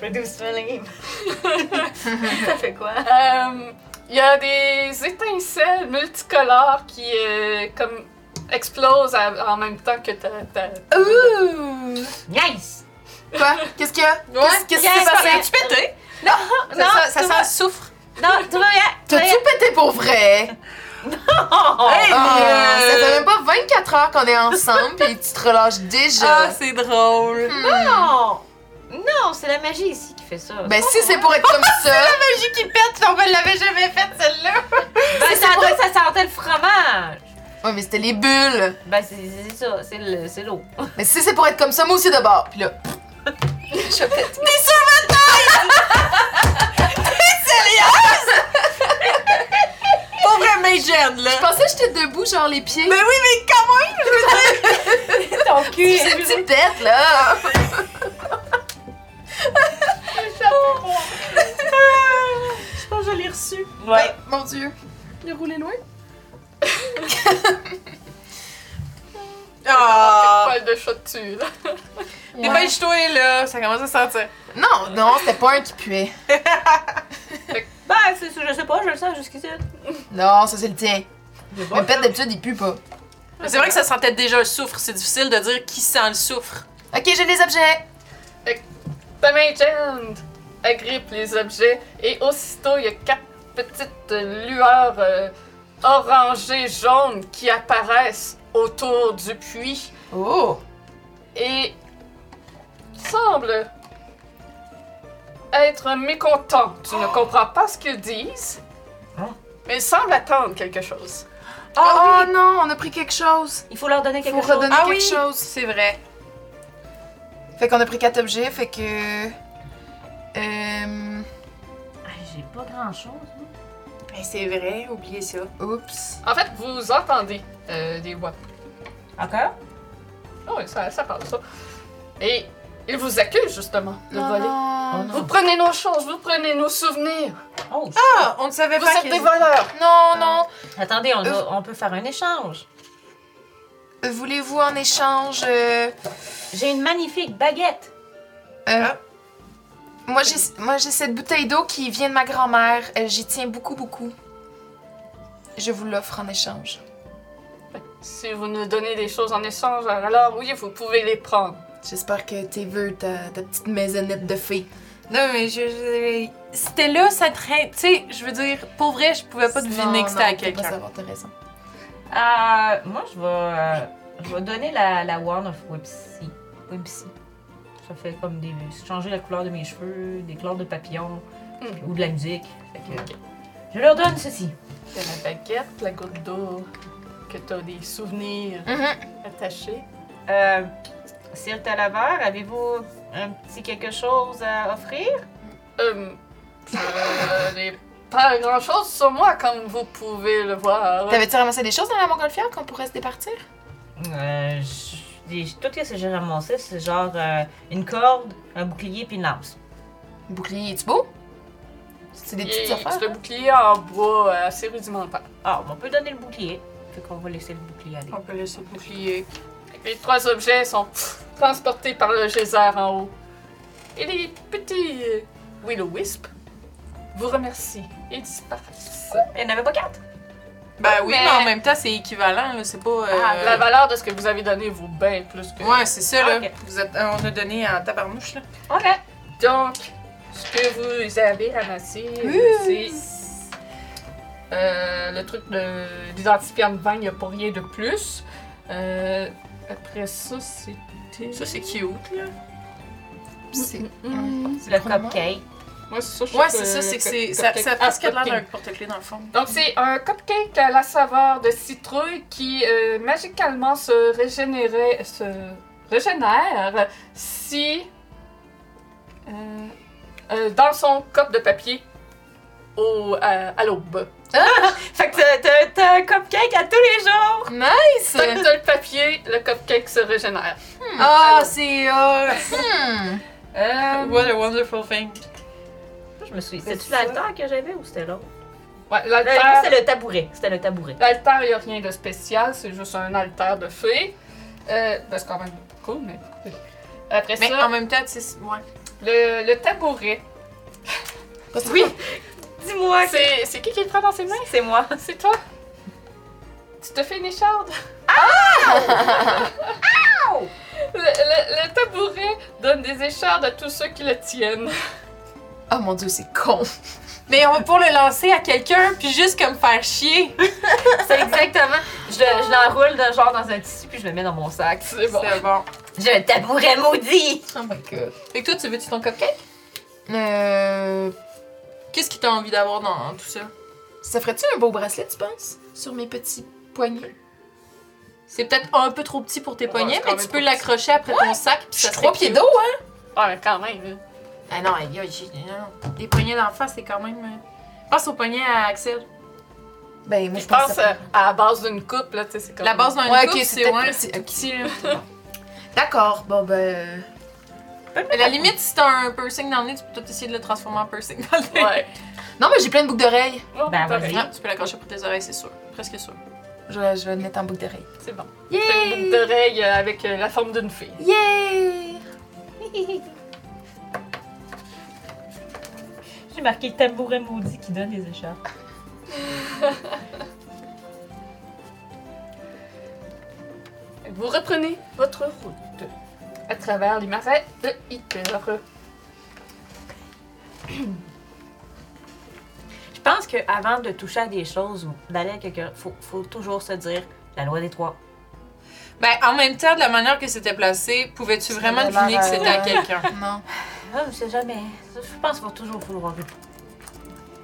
E: Produce smelling. ça fait quoi?
B: Euh, Il y a des étincelles multicolores qui euh, comme explosent à- en même temps que ta, ta-
D: Ouh!
E: Nice!
D: Quoi? Qu'est-ce qu'il y a? Qu'est-ce- Qu'est-ce qui s'est
E: Yeah,
D: passé?
C: Tu pété?
E: Non,
C: Ça, sent- ça
E: tout
C: sent
E: va-
C: le soufre.
E: Non, tout va bien! tout va
D: T'as-tu pété pour vrai?
E: bien. Oh, oh,
C: Hey,
D: Ah,
C: mais, euh,
D: Ça fait même pas 24 heures qu'on est ensemble, puis tu te relâches déjà. Hmm.
C: Ah, c'est drôle.
E: Non! Non, c'est la magie ici qui fait ça.
D: Ben si c'est pour être comme ça,
C: Magie qui pète, on ne l'avait jamais faite, celle-là.
E: Ben, ça, ça sentait le fromage!
D: ouais mais c'était les bulles.
E: Ben, c'est c'est ça, c'est le- c'est l'eau.
D: Mais si c'est pour être comme ça, moi aussi d'abord. Puis là, je pète.
C: Pas vrai, Mage Hand, là.
D: Je pensais que j'étais debout, genre les pieds.
C: Mais oui, mais comment?
E: Ton cul!
D: J'ai une petite pète là.
E: Je
B: je l'ai reçu.
E: Ouais.
D: Mon dieu.
B: Il a roulé loin.
D: Ah!
B: Pas de chat dessus, là.
C: ben,
G: Dépêche-toi, là. Ça commence à sentir.
D: Non, non, c'était pas un qui puait.
E: Ben, c'est ça, je sais pas, je le sens jusqu'ici.
D: Non, ça c'est le tien. Mais pète d'habitude, il pue pas.
G: Mais C'est vrai que ça sentait déjà le soufre. C'est difficile de dire qui sent le soufre.
D: Ok, j'ai les objets.
B: Ta main Jand agrippe les objets et aussitôt il y a quatre petites euh, lueurs euh, orangées jaunes qui apparaissent autour du puits
D: Oh!
B: et semblent être mécontents. Tu ne comprends pas ce qu'ils disent,
E: Hein?
B: mais ils semblent attendre quelque chose.
D: Oh, non, on a pris quelque chose.
E: Il faut leur donner
D: Il
E: quelque
D: faut
E: chose.
D: redonner quelque chose.
G: C'est vrai.
D: Fait qu'on a pris quatre objets, fait que. Euh.
E: Ah, J'ai pas grand chose.
D: c'est vrai, oubliez ça. Oups.
B: En fait, vous entendez euh, des voix.
E: Encore?
B: Oh, oui, ça, ça parle, ça. Et ils vous accusent justement de
D: Non,
B: voler.
D: non.
B: Vous prenez nos choses, vous prenez nos souvenirs.
E: Oh,
G: Ah, on ne savait
B: Vous
G: pas
B: êtes
G: qu'il-
B: des voleurs.
D: Non, non.
E: Attendez, on, a- on peut faire un échange.
D: Euh, Voulez-vous en échange. euh,
E: J'ai une magnifique baguette.
D: euh, Moi, j'ai moi, j'ai cette bouteille d'eau qui vient de ma grand-mère. Euh, J'y tiens beaucoup, beaucoup. Je vous l'offre en échange.
B: Si vous nous donnez des choses en échange, alors oui, vous pouvez les prendre.
D: J'espère que t'es veux ta, ta petite maisonnette de fée.
F: Non, mais je. je- C'était là, ça traîne. Tu sais, je veux dire, pour vrai, je pouvais pas deviner
D: Non,
F: que c'était à
D: non, t'as pas
F: quelqu'un.
D: savoir, t'as raison.
E: Euh, moi, je vais, euh, je vais donner la, la Wand of Whimsy. Whimsy. Ça fait comme des. changer la couleur de mes cheveux, des couleurs de papillons
B: Mm.
E: ou de la musique. Fait que, Je leur donne ceci.
B: C'est la baguette, la goutte d'eau, que tu as des souvenirs
D: Mhm.
B: attachés.
E: Euh, Sir Talavert, avez-vous un petit quelque chose à offrir?
B: Euh, je n'ai pas grand-chose sur moi, comme vous pouvez le voir.
D: T'avais-tu ramassé des choses dans la montgolfière qu'on pourrait se départir?
E: Euh, je- des- tout ce que j'ai ramassé, c'est genre euh, une corde, un bouclier puis une lance.
D: Bouclier, es-tu beau? C'est des
B: Et
D: petites affaires.
B: Mmh, C'est le bouclier en bois euh, assez rudimentaire.
E: Ah, on peut donner le bouclier. Fait qu'on va laisser le bouclier aller.
G: On peut laisser le bouclier.
B: Les trois objets sont pff, transportés par le geyser en haut. Et les petits euh, Will-O-Wisp vous remercient et
G: Euh.
B: disparaissent.
E: Il n'y en avait pas quatre.
G: Ben oui,
F: Mais-
G: mais, en même temps, c'est équivalent. là, C'est pas. euh,
B: Ah, La valeur de ce que vous avez donné vaut bien plus que.
G: Ouais, c'est ça, là.
E: Ok.
G: Ah, Vous êtes... euh, On a donné en tabarnouche, là.
E: OK.
B: Donc, ce que vous avez ramassé, euh, c'est euh, le truc de- d'identifiant de vin, il n'y a pas rien de plus. Euh, après ça, c'était.
G: Ça, c'est cute, là.
D: C'est-
B: Mhm.
E: Le
D: probablement-
E: cupcake.
B: Ouais, c'est ça, je
G: Ouais,
B: trouve
G: c'est
B: que-
G: ça, c'est que c'est.
B: que-
G: Ça,
B: que-
G: ça a presque
B: ah,
G: l'air d'un
B: cupcake.
G: porte-clés dans le fond.
B: Donc, c'est un cupcake à la saveur de citrouille qui euh, magicalement se régénérait, se régénère si euh, euh, dans son cop de papier au, euh, à- à l'aube.
E: Fait que t'as- t'as- t'as un cupcake à tous les jours.
B: Tant
D: Mmh.
B: que t'as le papier, le cupcake se régénère.
G: Ah, c'est. euh,
D: Hmm.
E: Euh,
G: What a wonderful thing.
E: Je me suis. C'était-tu l'altar que j'avais ou c'était l'autre?
B: Ouais,
E: Euh, moi,
B: l'altère,
E: C'était le tabouret. C'était le tabouret.
B: l'altère, y a rien de spécial, c'est juste un alter de fée. Euh, ben, c'est quand même cool, mais. Après
G: Mais
B: ça,
G: en même temps, tu sais. c'est- Ouais.
B: le, le tabouret.
D: Oui.
E: Dis-moi. que-
B: C'est c'est qui qui le prend dans ses mains?
E: C'est moi.
B: C'est toi? Tu te fais une écharde? le, le- le tabouret donne des échardes à tous ceux qui le tiennent.
D: Oh mon dieu, c'est con.
F: Mais on va pour le lancer à quelqu'un, puis juste comme faire chier.
E: C'est exactement. Je, le- je l'enroule dans- genre dans un tissu puis je le mets dans mon sac.
B: C'est bon.
G: C'est bon.
E: J'ai un tabouret maudit.
D: Oh my god.
F: Fait que toi, tu veux-tu ton cupcake?
D: Euh.
F: Qu'est-ce que t'as envie d'avoir dans tout ça?
D: Ça ferait-tu un beau bracelet, tu penses? Sur mes petits poignets?
F: C'est peut-être un peu trop petit pour tes
G: Oh,
B: Ouais,
F: poignets,
B: c'est quand
F: mais tu
B: même
F: peux
B: trop
F: l'accrocher après ton sac, puis
D: Je
F: ça
D: suis
F: serait
D: trois pieds
F: cute.
D: d'eau, hein?
B: Ah, mais quand même. hein.
F: Ah non, aïe, aïe, j'ai- non, non. Des poignées d'enfant, c'est quand même. euh, Pense aux poignées à Axel.
D: Ben, moi,
B: Je pense
D: ça-
B: euh, à la base d'une coupe, là, tu sais, c'est comme.
F: La base d'un
D: Ouais,
F: ouais,
D: ok, c'est
F: c'est
D: peut-être
F: ouais,
D: petit,
F: c'est tout
D: ok.
F: petit. là.
D: D'accord, bon ben.
F: À la limite, si t'as un piercing dans le nez, tu peux tout essayer de le transformer en piercing dans le nez.
B: Ouais.
D: Non, mais j'ai plein de boucles d'oreilles.
B: Non,
E: Ben,
B: t'as
E: vas-y.
B: raison.
C: Tu peux l'accrocher pour tes oreilles, c'est sûr. Presque sûr.
D: Je, vais- je vais le mettre en boucle d'oreille.
B: C'est bon. T'as une boucle
D: Yay!
B: d'oreille euh, avec euh, la forme d'une fille.
D: Yay!
E: J'ai marqué le tabouret maudit qui donne les écharpes.
B: Vous reprenez votre route à travers les marais de Hitler.
E: Je pense qu'avant de toucher à des choses ou d'aller à quelqu'un, faut, faut toujours se dire la loi des trois.
C: Ben, en même temps, de la manière que c'était placé, pouvais-tu vraiment
D: avait l'air,
C: deviner que c'était à
D: euh,
C: quelqu'un?
D: Non.
E: Ah, je sais jamais. Ça, Je pense qu'il va toujours vouloir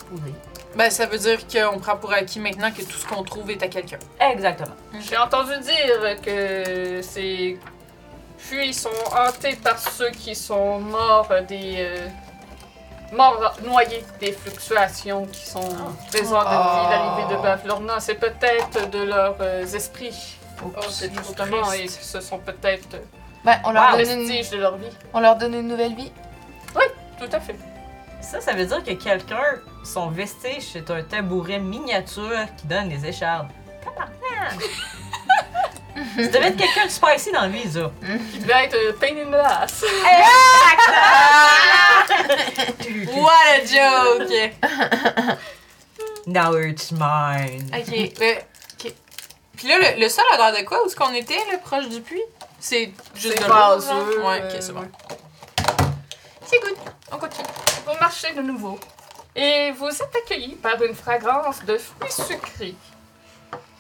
E: épouser.
C: Ben, ça veut dire qu'on prend pour acquis maintenant que tout ce qu'on trouve est à quelqu'un.
E: Exactement.
B: J'ai entendu dire que ces puits sont hantés par ceux qui sont morts des. euh, morts noyés des fluctuations qui sont
C: Ah.
B: présentes depuis
D: Oh.
B: l'arrivée de Bavlorna. C'est peut-être de leurs euh, esprits,
C: Oh, c'est trop
B: justement, et
C: triste. Ah.
B: qui se sont peut-être
D: Ben, on leur,
B: les
D: donne une...
B: vestiges de leur vie.
D: on leur donne une nouvelle vie.
B: Tout à fait.
E: Ça, ça veut dire que quelqu'un, son vestige, c'est un tabouret miniature qui donne des échardes. Tabarnak! Ça devait être quelqu'un de spicy dans lui, ça.
B: Qui devait être euh, pain in the ass.
C: What a joke!
E: Now it's mine.
C: ok, euh, ok. Puis là, le, le sol a l'air de quoi? Où est-ce qu'on était, là, proche du puits? C'est juste
B: C'est
C: de
B: pas
C: l'eau, genre?
B: sûr,
C: Ouais,
B: euh,
C: ok, c'est bon.
B: ouais.
C: C'est good. On continue.
B: Vous marchez de nouveau et vous êtes accueillis par une fragrance de fruits sucrés.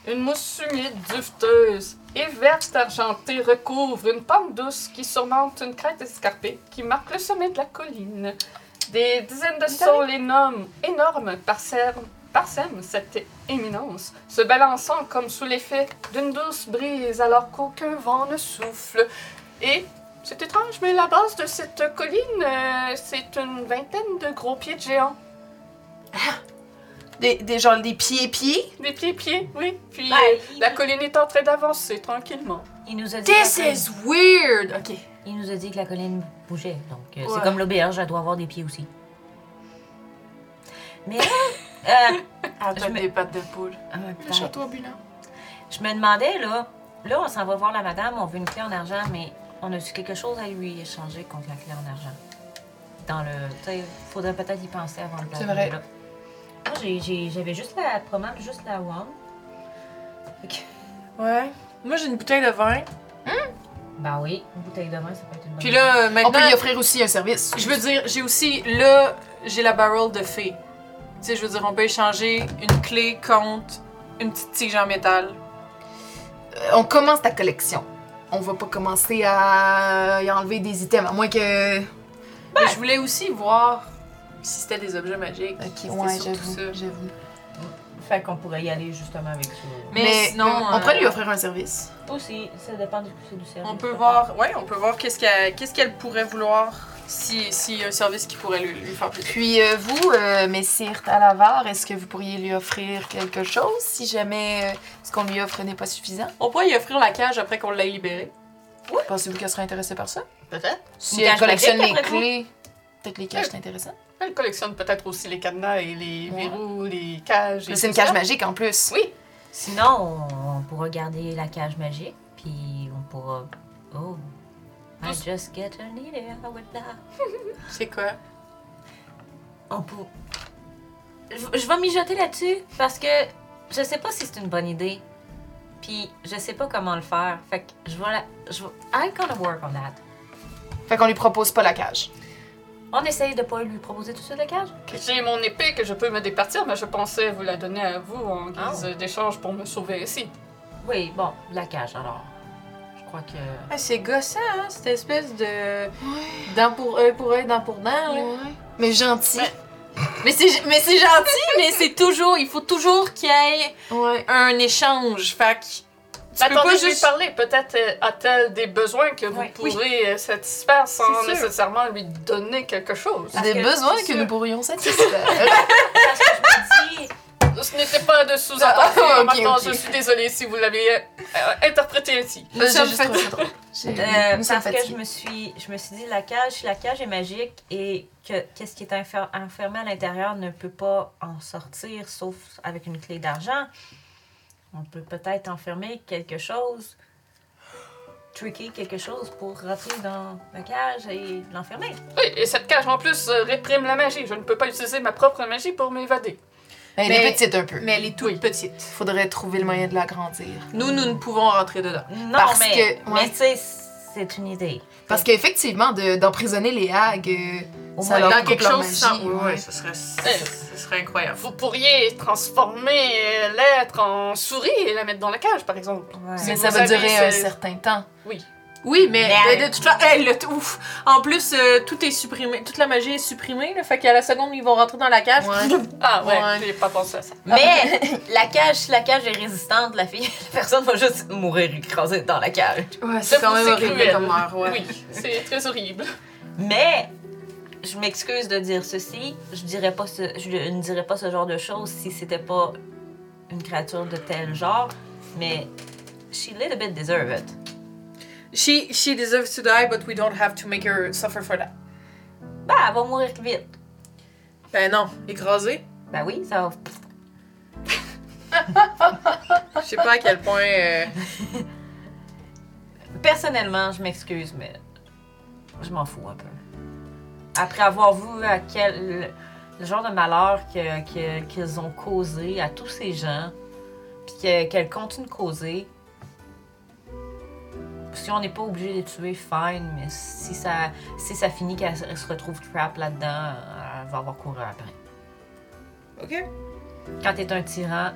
B: Une mousse humide, dufteuse et verte argentée recouvre une pente douce qui surmonte une crête escarpée qui marque le sommet de la colline. Des dizaines de saules énormes, énormes parsèment, parsèment cette éminence, se balançant comme sous l'effet d'une douce brise alors qu'aucun vent ne souffle. Et c'est étrange, mais la base de cette colline, euh, c'est une vingtaine de gros pieds de géants.
D: Des, des genre des pieds-pieds.
B: Des pieds-pieds, oui. Puis
E: Ben,
B: euh,
E: il-
B: la colline est en train d'avancer tranquillement.
E: Il nous a dit.
C: This
E: que la
C: is weird! Ok.
E: colline- Il nous a dit que la colline bougeait. Donc, euh,
C: Ouais.
E: c'est comme l'auberge, elle doit avoir des pieds aussi. Mais. euh,
C: Avec Ah, des pattes de poule.
D: Château ambulant.
E: je me demandais, là. Là, on s'en va voir la madame, on veut une clé en argent, mais on a-tu quelque chose à lui échanger contre la clé en argent? Dans le. Tu sais, faudrait peut-être y penser avant de la
D: C'est vrai.
E: là. Moi, j'ai- j'ai- j'avais juste la. Probablement juste la one.
C: Ouais. Moi, j'ai une bouteille de vin.
E: Ben oui, une bouteille de vin, ça peut être une bonne
C: Puis là, euh,
D: On peut
C: maintenant,
D: lui offrir aussi un service.
C: je veux dire, j'ai aussi, là, j'ai la barrel de fée. Tu sais, je veux dire, on peut échanger une clé contre une petite tige en métal.
D: Euh, On commence ta collection. On va pas commencer à y enlever des items, à moins que.
C: Mais je voulais aussi voir si c'était des objets magiques. C'était surtout ça.
D: j'avoue.
E: Fait qu'on pourrait y aller justement avec ça.
C: Mais, sinon,
D: on, on
C: euh,
D: pourrait lui offrir un service.
E: Aussi, ça dépend du c'est du service.
C: on peut voir, ouais, on peut voir qu'est-ce qu'elle, qu'est-ce qu'elle pourrait vouloir si, si y a un service qui pourrait lui, lui faire plaisir.
D: Puis euh, vous, euh, Messire Talavar, est-ce que vous pourriez lui offrir quelque chose si jamais euh, ce qu'on lui offre n'est pas suffisant?
C: On pourrait lui offrir la cage après qu'on l'ait libérée.
D: Pensez-vous qu'elle serait intéressée par ça?
B: Peut-être.
D: Si
E: Une
D: elle
E: cage
D: collectionne les
E: magique, après
D: clés, peut-être les cages, c'est intéressant.
B: Elle collectionne peut-être aussi les cadenas et les
D: Ouais.
B: verrous, les cages. et
D: C'est une
B: tout ça.
D: cage magique en plus.
B: Oui.
E: Sinon, on, on pourra garder la cage magique, puis on pourra. Oh. I just get a needle with that.
C: C'est quoi?
E: On Oh, pour... je, je vais mijoter là-dessus parce que je sais pas si c'est une bonne idée. Puis je sais pas comment le faire. Fait que je vais la. Je vais... I'm gonna work on that.
D: Fait qu'on lui propose pas la cage.
E: On essaye de pas lui proposer tout de suite la cage.
B: J'ai mon épée que je peux me départir, mais je pensais vous la donner à vous en
C: Ah.
B: guise d'échange pour me sauver ici.
E: Oui, bon, la cage alors. Je crois que.
F: Ah, c'est gossant, hein, cette espèce de. Dent pour œil pour œil, dent pour dent. là.
D: Mais gentil.
F: Mais c'est mais c'est gentil, mais c'est toujours. Il faut toujours qu'il y ait
C: Ouais. Un échange, fac. Tu peux
B: Attendez,
C: pas
B: je vais
C: juste.
B: parler. Peut-être euh, a-t-elle des besoins que vous
E: Ouais.
B: pourrez euh, satisfaire sans
C: C'est sûr. Ah.
B: nécessairement lui donner quelque chose.
D: Des
E: que-
D: besoins
E: c'est
D: que
E: sûr.
D: nous pourrions satisfaire. Euh,
E: Parce que je me dis,
B: Ce n'était pas de sous-entendu. hein,
D: Ah, ok,
B: Maintenant,
D: ok.
B: je suis désolée si vous l'avez euh, interprété ainsi.
D: Nous sommes juste trouvé ça drôle. J'ai-
E: Euh,
D: nous sommes
E: parce que je
D: fatigués.
E: me suis, je me suis dit la cage, la cage est magique et que qu'est-ce qui est enfer- enfermé à l'intérieur ne peut pas en sortir sauf avec une clé d'argent. On peut peut-être enfermer quelque chose, tricker quelque chose pour rentrer dans la cage et l'enfermer.
B: Oui, et cette cage en plus euh, réprime la magie. Je ne peux pas utiliser ma propre magie pour m'évader.
D: Elle est
F: Mais-
D: petite un peu.
F: Mais elle est toute petite.
D: Faudrait trouver le moyen de l'agrandir.
F: Nous, nous ne pouvons rentrer dedans.
E: Non,
D: Parce
E: mais,
D: que-
E: mais
D: ouais.
E: tu sais, c'est une idée.
D: Parce qu'effectivement, de- d'emprisonner les hags, euh,
E: Au
D: ça leur
C: Dans
D: coupe
C: quelque
D: leur
C: chose
D: magie.
C: sans. Oui,
D: ouais.
C: oui, ce serait, ce- ce serait incroyable.
B: Vous pourriez transformer euh, l'être en souris et la mettre dans la cage, par exemple.
E: Ouais.
D: Mais
B: Si
D: ça
B: vous
D: va
B: avez
D: durer
B: ce-
D: un certain temps.
C: Oui, mais,
E: Mais-
C: de- de toute façon, hey, le t- ouf. En plus, euh, tout est supprimé, toute la magie est supprimée, là, fait qu'à la seconde, ils vont rentrer dans la cage.
D: Ouais.
B: Ah ouais,
D: Ouais.
B: j'ai pas pensé à ça.
E: Mais la cage, si la cage est résistante, la fille, la personne va juste mourir écrasée dans la cage.
C: Ouais,
B: Ça,
C: c'est quand
B: c'est
C: même horrible
B: cruel.
C: comme mort, ouais.
B: Oui, c'est très horrible.
E: Mais je m'excuse de dire ceci. Je dirais pas ce, je ne dirais pas ce genre de choses si c'était pas une créature de tel genre. Mais she little bit deserve it.
C: She, she deserves to die, but we don't have to make her suffer for that.
E: Bah, elle va mourir vite.
C: Ben non, écrasée.
E: Ben oui, ça va.
C: Je sais pas à quel point. euh,
E: Personnellement, je m'excuse, mais je m'en fous un peu. Après avoir vu à quel le, genre de malheur que- que- qu'ils ont causé à tous ces gens, puis que- qu'elles continuent de causer, si on n'est pas obligé de les tuer, fine, mais si ça, si ça finit qu'elle se- elle se retrouve trap là-dedans, elle va avoir couru après.
C: Ok.
E: Quand t'es un tyran,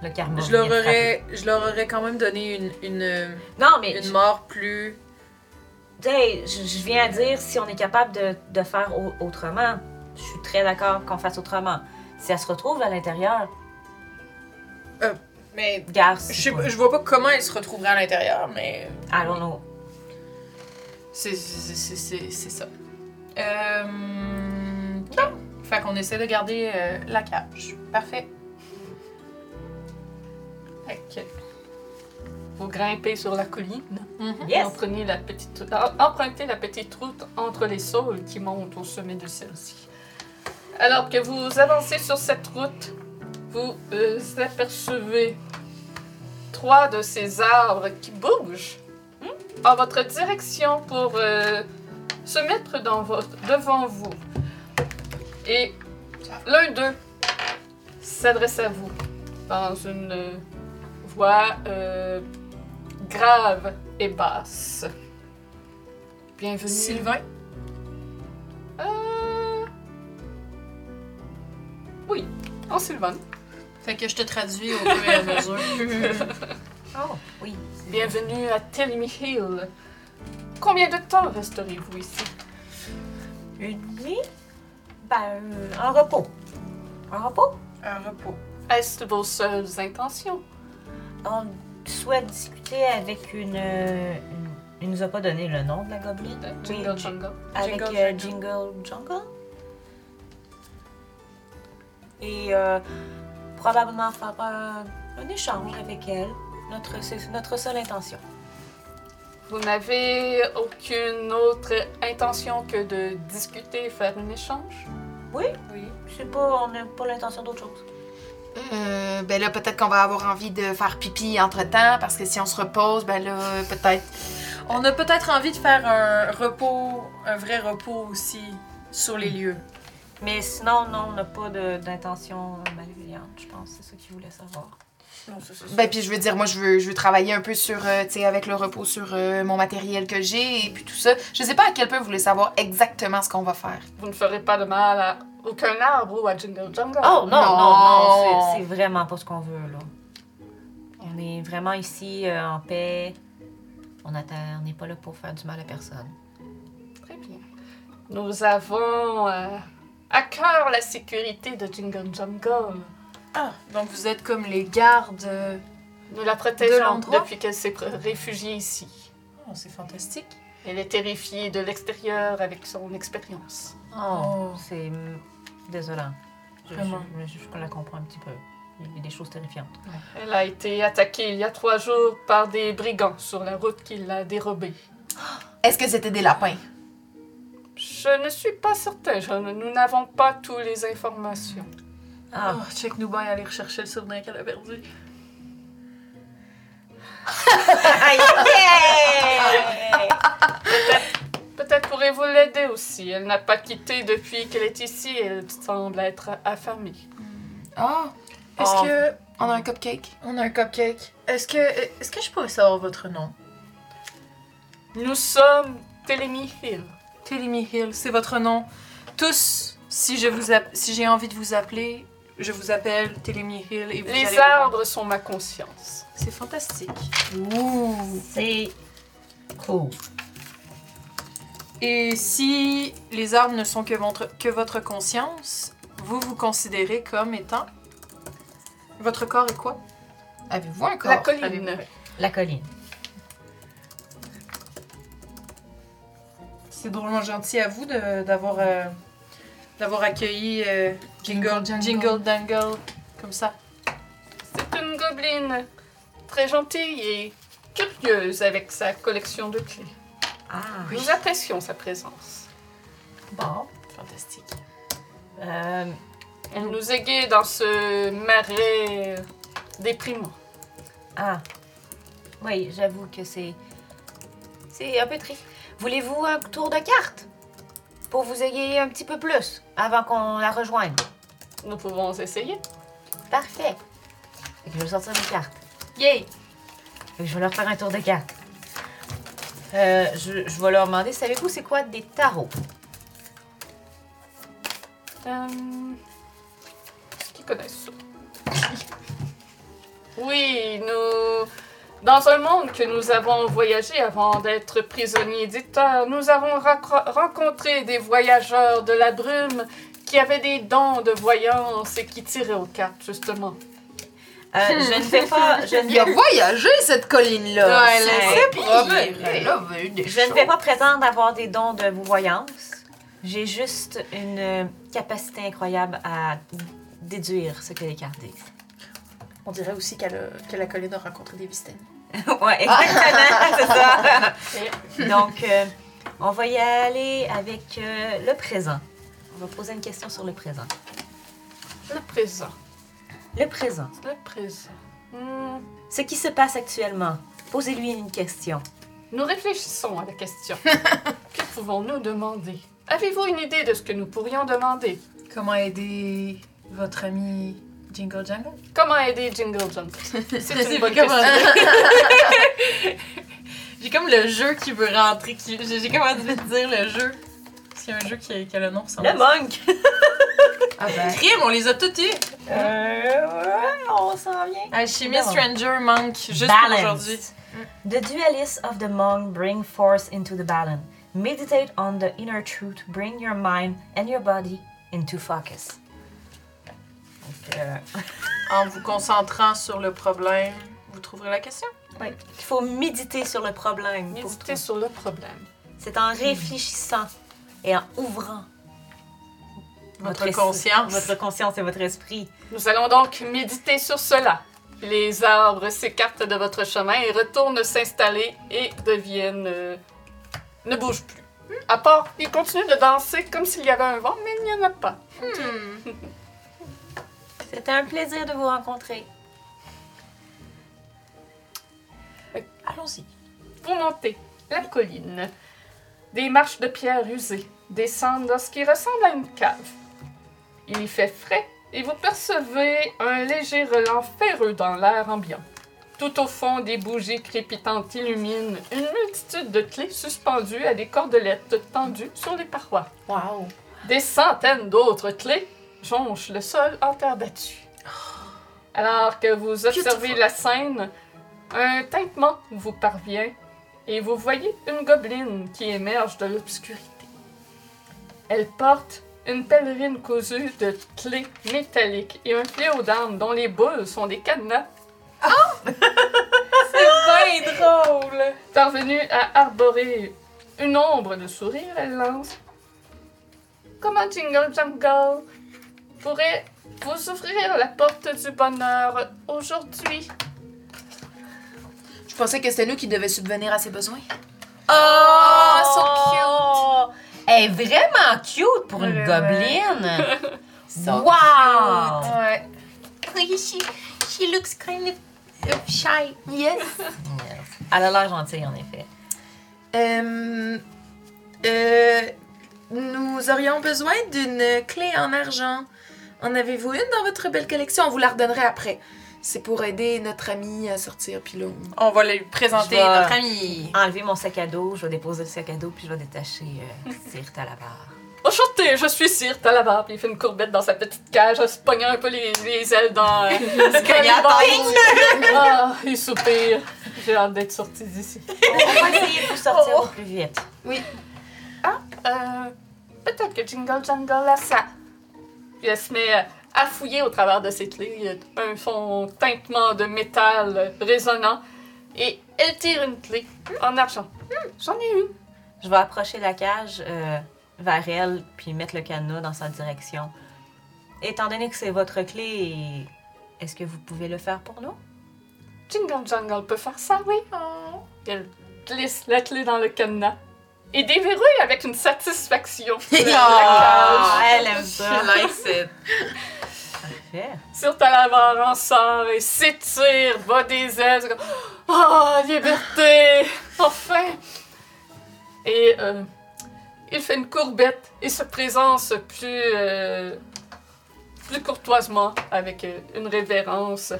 E: le karma.
C: Je
E: vient
C: leur,
E: te frapper.
C: aurais, je leur aurais quand même donné une, une,
E: Non, mais.
C: une mort plus.
E: Tu sais, je je viens à dire si on est capable de, de faire au- autrement. Je suis très d'accord qu'on fasse autrement. Si elle se retrouve à l'intérieur,
C: Mais.
E: garde.
C: Je, sais pas- je vois pas comment elle se retrouverait à l'intérieur, mais.
E: Allons nous.
C: C'est c'est- c'est- c'est- c'est ça. Euh. ok. Fait qu'on essaie de garder euh, la cage. Parfait.
B: Ok. Vous grimpez sur la colline.
C: mm-hmm.
E: Yes!
B: Emprenez la petite, en- empruntez la petite route entre les saules qui montent au sommet de celle-ci. Alors que vous avancez sur cette route, vous euh, apercevez trois de ces arbres qui bougent hmm, en votre direction pour euh, se mettre dans votre- devant vous. Et l'un d'eux s'adresse à vous dans une euh, voix euh, grave et basse. Bienvenue.
C: Sylvain?
B: Euh, Oui, en Sylvain.
F: Fait que je te traduis au fur et à mesure.
E: Oh, oui.
B: Bienvenue à Tell Me Hill. Combien de temps resterez-vous ici
E: Une nuit? Ben, euh, en repos. En repos?
C: Un repos.
B: Est-ce vos seules intentions
E: On souhaite discuter avec une. euh, une- Il nous a pas donné le nom de la gobeline.
B: euh, Jingle
E: Oui,
B: Jungle.
E: avec
B: Jingle,
E: euh,
B: jungle.
E: Jingle Jungle. Et euh, probablement faire un, un échange avec elle. Notre, c'est notre seule intention.
B: Vous n'avez aucune autre intention que de discuter et faire un échange
E: Je sais pas, on n'a pas l'intention d'autre chose.
D: Euh, ben là, peut-être qu'on va avoir envie de faire pipi entre-temps, parce que si on se repose, ben là, peut-être...
C: On a peut-être envie de faire un repos, un vrai repos aussi, sur les lieux.
E: Mais sinon, non, on n'a pas de- d'intention malveillante, je pense. C'est ça qu'il voulait savoir.
D: Ben puis je veux dire, moi, je veux, je veux travailler un peu sur, euh, tu sais, avec le repos sur euh, mon matériel que j'ai, et puis tout ça. Je sais pas à quel point vous voulez savoir exactement ce qu'on va faire.
B: Vous ne ferez pas de mal à aucun arbre ou à Jingle Jungle.
E: Oh non, non, non,
D: Non.
E: c'est- c'est vraiment pas ce qu'on veut, là. On est vraiment ici euh, en paix. On attend, on n'est pas là pour faire du mal à personne.
B: Très bien. Nous avons euh, à cœur la sécurité de Jingle Jungle.
C: Donc vous êtes comme les gardes. euh,
B: Nous la protégeons
C: l'endroit?
B: depuis qu'elle s'est pr- réfugiée ici.
C: Oh, c'est fantastique.
B: Elle est terrifiée de l'extérieur avec son expérience.
E: Oh, c'est mm, désolant. Je,
C: Vraiment.
E: je- je- je la comprends un petit peu. il y a des choses terrifiantes.
B: Elle a été attaquée il y a trois jours par des brigands sur la route qui l'a dérobée.
D: Est-ce que c'était des lapins?
B: Je ne suis pas certain. je ne- nous n'avons pas toutes les informations.
E: Ah,
F: Oh, check nous bien aller rechercher le souvenir qu'elle a perdu.
B: Peut-être pourrez-vous l'aider aussi. Elle n'a pas quitté depuis qu'elle est ici. Elle semble être affamée.
D: Ah!
C: Est-ce
D: Oh.
C: que
D: On a un cupcake.
C: on a un cupcake Est-ce que est-ce que je pourrais savoir votre nom
B: Nous sommes Telemi Hill.
C: Telemi Hill, c'est votre nom. Tous, si je vous app- si j'ai envie de vous appeler, je vous appelle Telemi Hill et vous allez
B: Les
C: me répondre.
B: arbres sont ma conscience.
C: C'est fantastique.
E: c'est cool.
C: Et si les arbres ne sont que votre que votre conscience, vous vous considérez comme étant votre corps est quoi
D: Avez-vous un
B: La
D: corps?
B: colline.
E: La colline.
C: C'est drôlement gentil à vous de- d'avoir euh, d'avoir accueilli euh, Jingle,
D: Jingle
C: Jingle,
D: Jangle.
C: Dangle comme ça.
B: C'est une gobeline très gentille et curieuse avec sa collection de clés.
E: Ah,
B: Nous apprécions sa présence.
E: bon.
C: Fantastique.
E: Euh,
B: Elle nous aiguille dans ce marais déprimant.
E: ah. Oui, j'avoue que c'est. C'est un peu triste. Voulez-vous un tour de carte pour vous ayez un petit peu plus avant qu'on la rejoigne?
B: Nous pouvons essayer.
E: Parfait. Fait que je vais sortir mes cartes.
B: Yay!
E: Fait que je vais leur faire un tour de cartes. Euh, je, je vais leur demander, savez-vous c'est quoi des tarots?
B: Euh, Est-ce qu'ils connaissent ça? oui, nous. Dans un monde que nous avons voyagé avant d'être prisonniers d'État, nous avons racro- rencontré des voyageurs de la brume qui avaient des dons de voyance et qui tiraient aux cartes, justement.
E: Euh, je ne vais pas, je ne
D: Il a voyagé cette colline-là!
C: Ouais, là,
D: c'est probable! Elle a vu des
E: Je ne
D: choses.
E: vais pas prétendre d'avoir des dons de voyance. J'ai juste une euh, capacité incroyable à déduire ce que les cartes disent.
G: On dirait aussi qu'elle a- que la colline a rencontré des Vistani.
E: ouais, exactement, c'est ça. Donc, euh, on va y aller avec euh, le présent. On va poser une question sur le présent.
B: Le présent.
E: Le présent.
B: Le présent. Hmm,
E: Ce qui se passe actuellement. Posez-lui une question.
B: Nous réfléchissons à la question. que pouvons-nous demander? Avez-vous une idée de ce que nous pourrions demander?
C: Comment aider votre ami Jingle Jangle
B: Comment aider Jingle Jump? C'est une bonne
G: comme
B: question.
G: J'ai comme le jeu qui veut rentrer. qui- J'ai j'ai comme envie de dire le jeu. S'il y a un jeu qui a, qui a le nom ressemble.
E: Le monk!
D: Ah ben.
G: Crime, on les a tous eus.
E: Euh, on s'en vient.
C: Alchimie Stranger Monk, juste pour
E: Balance.
C: aujourd'hui.
E: The dualists of the monk bring force into the balance. Meditate on the inner truth. Bring your mind and your body into focus. Donc, euh,
C: En vous concentrant sur le problème, vous trouverez la question.
E: ouais. Il faut méditer sur le problème. pour
B: Méditer sur le problème.
E: trouver. C'est en réfléchissant et en ouvrant
C: Votre
E: es-
C: conscience.
E: votre conscience et votre esprit.
B: Nous allons donc méditer sur cela. Les arbres s'écartent de votre chemin et retournent s'installer et deviennent... euh, ne bougent plus. À part, ils continuent de danser comme s'il y avait un vent, mais il n'y en a pas.
E: C'était un plaisir de vous rencontrer.
G: Allons-y.
B: Vous montez la colline. Des marches de pierre usées descendent dans ce qui ressemble à une cave. Il y fait frais et vous percevez un léger relent ferreux dans l'air ambiant. Tout au fond, des bougies crépitantes illuminent une multitude de clés suspendues à des cordelettes tendues sur les parois.
G: Wow.
B: Des centaines d'autres clés jonchent le sol en terre battue. Alors que vous observez la scène, un tintement vous parvient et vous voyez une gobeline qui émerge de l'obscurité. Elle porte une pèlerine cousue de clés métalliques et un fléau d'armes dont les boules sont des cadenas
G: C'est bien drôle.
B: Parvenue à arborer une ombre de sourire, elle lance. Comment jingle jungle pourrait vous ouvrir la porte du bonheur aujourd'hui.
D: Je pensais que c'était nous qui devions subvenir à ses besoins.
E: Oh, so cute! Elle est vraiment cute pour une
D: Ouais,
E: gobeline!
D: So
E: wow!
D: Ouais.
E: She, she looks kind of, shy. Yes. Elle a l'air gentille, en effet.
D: Euh, euh, nous aurions besoin d'une clé en argent. En avez-vous une dans votre belle collection? On vous la redonnerait après. C'est pour aider notre ami à sortir, puis là, on-
F: On va lui présenter
E: Je vais-
F: notre ami.
E: Enlever mon sac à dos, je vais déposer le sac à dos, puis je vais détacher euh, Sirte à la barre.
B: Enchanté, je suis Sirte à la barbe. Il fait une courbette dans sa petite cage, en se pognant un peu les, les ailes dans. euh, dans les bandes. Ah, il soupire. J'ai hâte d'être sortie d'ici.
E: On va Oh. essayer de vous sortir au plus vite.
B: Euh, peut-être que Jingle Jangle a ça. Puis elle se met à fouiller euh, au travers de ses clés. Il y a un fond tintement de métal résonnant. Et elle tire une clé en argent. Hum, J'en ai une.
E: Je vais approcher la cage euh, vers elle, puis mettre le cadenas dans sa direction. Étant donné que c'est votre clé, est-ce que vous pouvez le faire pour nous?
B: Jingle Jangle peut faire ça, oui. Puis Elle glisse la clé dans le cadenas. Et déverrouille avec une satisfaction.
E: Ah, elle aime ça.
G: She likes it.
E: Parfait.
B: Sur ta lavare en sort et s'étire, va des ailes. c'est comme, Oh, liberté! Enfin! Et euh, il fait une courbette et se présente plus, euh, plus courtoisement avec euh, une révérence.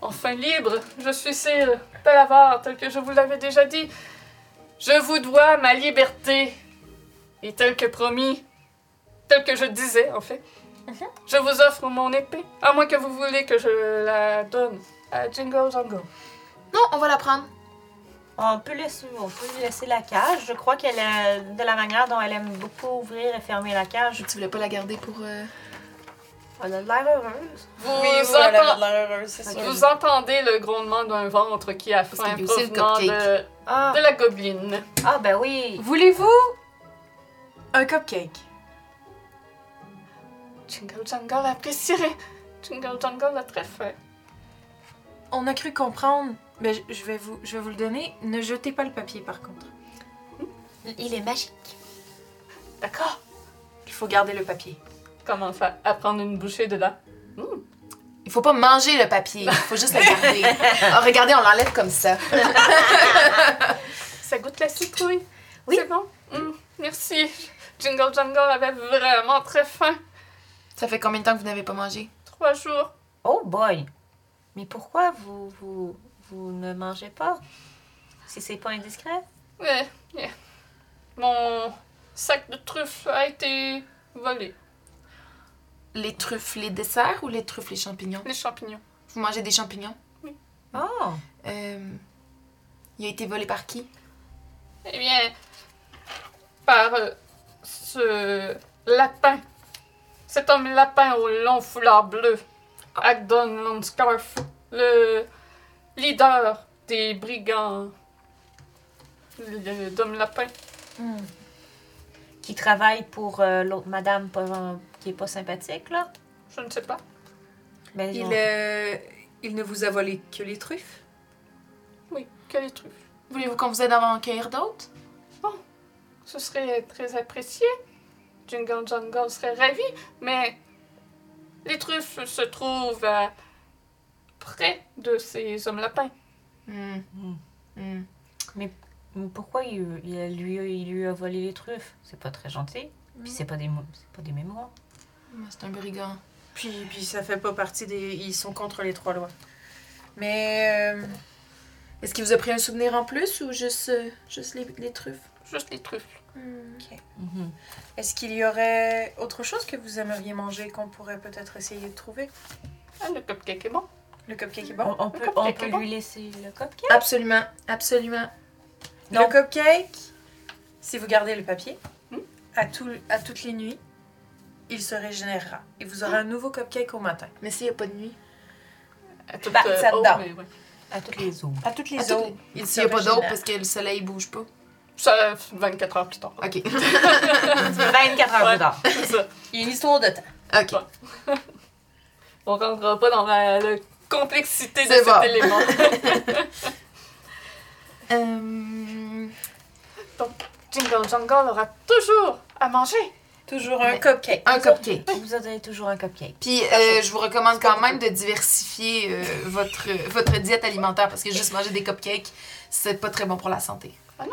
B: Enfin libre, je suis Sir Talavard, tel que je vous l'avais déjà dit. Je vous dois ma liberté. Et tel que promis, tel que je disais en fait, je vous offre mon épée, à moins que vous voulez que je la donne à Jingle Jangle.
D: Non, on va la prendre.
E: On peut, laisser, on peut lui laisser la cage. Je crois qu'elle, euh, de la manière dont elle aime beaucoup ouvrir et fermer la cage,
D: Tu voulais pas la garder pour... euh,
E: elle a l'air heureuse.
B: Vous,
G: Oui, oui,
B: entend-
G: elle a l'air heureuse, c'est sûr.
B: vous entendez le grondement d'un ventre qui a faim
D: qu'il y a aussi le
B: provenant de,
D: cupcake.
B: de
E: Ah,
B: la gobeline.
E: ah ben oui.
F: Voulez-vous un cupcake?
B: Jingle Jangle apprécierait. Jingle Jangle a très faim.
F: On a cru comprendre. Mais je- je vais vous, je vais vous le donner. Ne jetez pas le papier, par contre.
E: Il est magique.
B: D'accord.
F: Il faut garder le papier.
B: Commence à, à prendre une bouchée dedans.
D: Il faut pas manger le papier, il faut juste le garder. Ah, regardez, on l'enlève comme ça.
B: Ça goûte la citrouille. Oui. C'est bon. Hum, merci. Jingle Jangle avait vraiment très faim.
D: Ça fait combien de temps que vous n'avez pas mangé?
B: Trois jours.
E: Oh boy. Mais pourquoi vous, vous, vous ne mangez pas? Si c'est pas indiscret?
B: Ouais, ouais. Mon sac de truffes a été volé.
D: Les truffes, les desserts ou les truffes, les champignons?
B: Les champignons.
D: Vous mangez des champignons?
E: Oh.
D: Euh, il a été volé par qui?
B: Eh bien, par euh, ce lapin, cet homme lapin au long foulard bleu, Agdon Landscarf, le leader des brigands le- d'homme lapin.
E: qui travaille pour euh, l'autre madame pas- euh, qui est pas sympathique, là.
B: Je ne sais pas.
E: Ben,
G: Il,
E: on-
G: euh, il ne vous a volé que les truffes.
B: Oui, quel truc.
D: Voulez-vous qu'on vous aide à en cueillir d'autres?
B: Ce serait très apprécié. Jingle Jungle serait ravi, mais les truffes se trouvent à- près de ces hommes lapins.
D: Hmm.
E: Hmm.
D: Hmm.
E: Mais Pourquoi il, il lui, il lui a volé les truffes? C'est pas très gentil. Puis
B: Hmm.
E: c'est pas des, mou- c'est pas des mémoires.
D: Ah, C'est un brigand.
G: Puis, puis ça fait pas partie des. Ils sont contre les trois lois. Mais. euh,
D: Est-ce qu'il vous a pris un souvenir en plus ou juste, euh, juste les, les truffes?
B: Juste les truffes.
G: Hmm.
E: Hmm.
G: Est-ce qu'il y aurait autre chose que vous aimeriez manger qu'on pourrait peut-être essayer de trouver
B: Ah, le cupcake est bon.
G: Le cupcake est
E: On,
G: bon.
E: Bah, on peut, on
B: cupcake
E: peut
B: est bon.
E: lui laisser le cupcake?
D: Absolument, absolument.
G: Le cupcake, si vous gardez le papier,
B: Hmm.
G: à, tout- à toutes les nuits, il se régénérera. Et vous
C: Ah.
G: aurez un nouveau cupcake au matin.
D: Mais s'il n'y a pas de nuit?
B: À toute,
G: Bah, ça
B: oh,
G: dedans.
B: mais ouais.
E: À toutes les eaux.
G: À toutes les
D: À toutes
G: eaux, il se
D: S'il n'y a pas d'eau
G: régénère.
D: parce que le soleil bouge pas.
B: Ça, 24 heures plus tard.
D: Ok.
E: 24 heures
B: Ouais.
E: plus tard.
B: C'est ça.
G: Il y a une histoire de temps.
D: Ok.
B: Bon. On rentrera pas dans la, la complexité de cet
D: C'est bon.
B: élément.
D: Euh,
B: Jingle Jangle aura toujours à manger.
G: Toujours un cupcake.
D: un cupcake.
E: Je vous ai donné toujours un cupcake.
D: Puis euh, je vous recommande quand même de diversifier euh, votre, euh, votre diète alimentaire parce que juste manger des cupcakes, c'est pas très bon pour la santé.
B: Oh,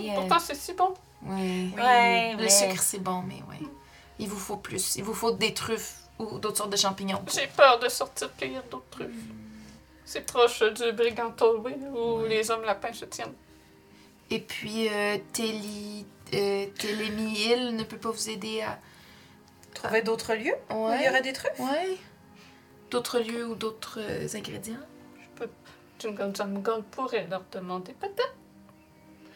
E: Yeah.
B: Pourtant, c'est si bon.
D: Ouais.
E: Ouais,
D: Le
E: mais-
D: sucre, c'est bon, mais ouais. Il vous faut plus. Il vous faut des truffes ou d'autres sortes de champignons. pour-
B: J'ai peur de sortir cueillir d'autres trucs. C'est proche du Briganto, oui, où les hommes lapins se tiennent.
D: Et puis, euh, Téli, euh, Télémi Hill ne peut pas vous aider à.
G: Trouver d'autres lieux où il y aurait des trucs.
D: Ouais. D'autres lieux ou d'autres euh, ingrédients.
B: Jingle Jangle pourrait leur demander peut-être.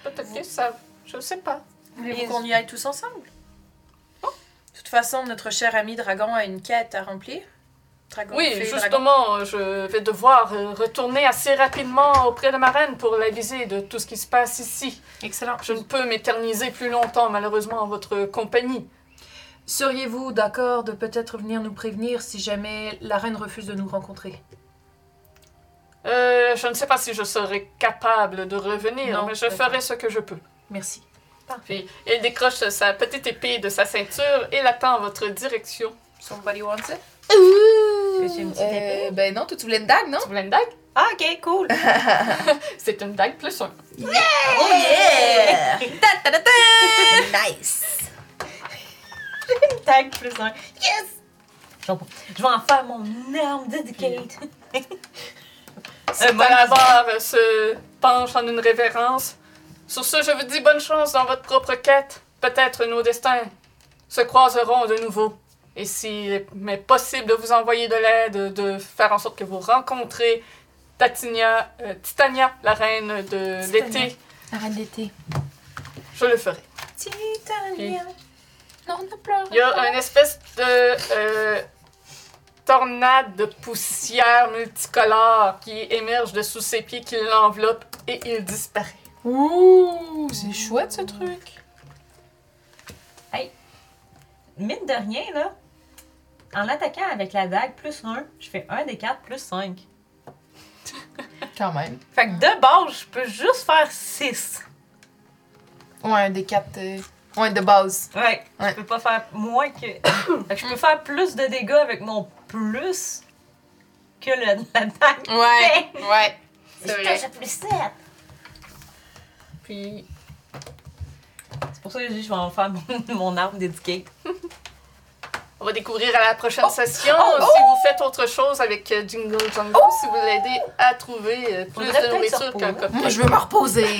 B: Peut-être qu'ils savent. Je sais pas.
G: Voulez-vous qu'on y aille tous ensemble? De toute façon, notre cher ami dragon a une quête à remplir. Dragon,
B: Oui,
G: fée, dragon.
B: justement, je vais devoir euh, retourner assez rapidement auprès de ma reine pour l'aviser de tout ce qui se passe ici.
C: Excellent.
B: Je ne peux m'éterniser plus longtemps, malheureusement, en votre compagnie.
C: Seriez-vous d'accord de peut-être venir nous prévenir si jamais la reine refuse de nous rencontrer
B: Euh, je ne sais pas si je serai capable de revenir,
C: Non,
B: mais je
C: d'accord.
B: ferai ce que je peux.
C: Merci.
B: Puis, elle décroche sa petite épée de sa ceinture et l'attend en votre direction.
C: Somebody wants it?
D: Ouh!
E: Veux-tu une petite épée?
D: Euh, ben non, toi, tu voulais une dague, non?
B: Tu voulais une dague?
E: Ah, ok, cool.
B: C'est une dague plus un.
G: Oh yeah!
D: Nice!
E: Tag plus un. Yes! Je vais- je vais en faire mon arme dédicate.
B: C'est
E: bon
B: Malabar euh, se penche en une révérence. Sur ce, je vous dis bonne chance dans votre propre quête. Peut-être nos destins se croiseront de nouveau. Et s'il m'est possible de vous envoyer de l'aide, de faire en sorte que vous rencontrez Tatinia, euh, Titania, la reine de l'été,
D: Arrête d'été.
B: je le ferai.
G: Titania.
D: Non, ne pleure.
B: Il y a une espèce de euh, tornade de poussière multicolore qui émerge de sous ses pieds, qui l'enveloppe et il disparaît.
D: Ouh! C'est chouette, ce truc.
E: Mine de rien, là, en l'attaquant avec la dague plus un, je fais un des quatre plus 5.
D: Quand même.
E: Fait que de base, je peux juste faire 6.
D: Ouais, un des quatre. euh, Ouais, de base.
E: Ouais,
D: Ouais.
E: Je peux pas faire moins que. fait que je peux faire plus de dégâts avec mon plus que le, la dague.
D: Ouais. Ouais.
E: Je touche à plus 7.
B: Puis
E: C'est pour ça que je dis, je vais en faire mon, mon arme dédiée.
B: On va découvrir à la prochaine
D: Oh!
B: session si vous faites autre chose avec euh, Jingle Jungle,
D: Oh!
B: si vous l'aidez à trouver euh, plus
E: Faudrait
B: de
E: peut-être
B: nourriture
E: se
B: qu'un
E: reposer.
D: Moi, je veux me reposer.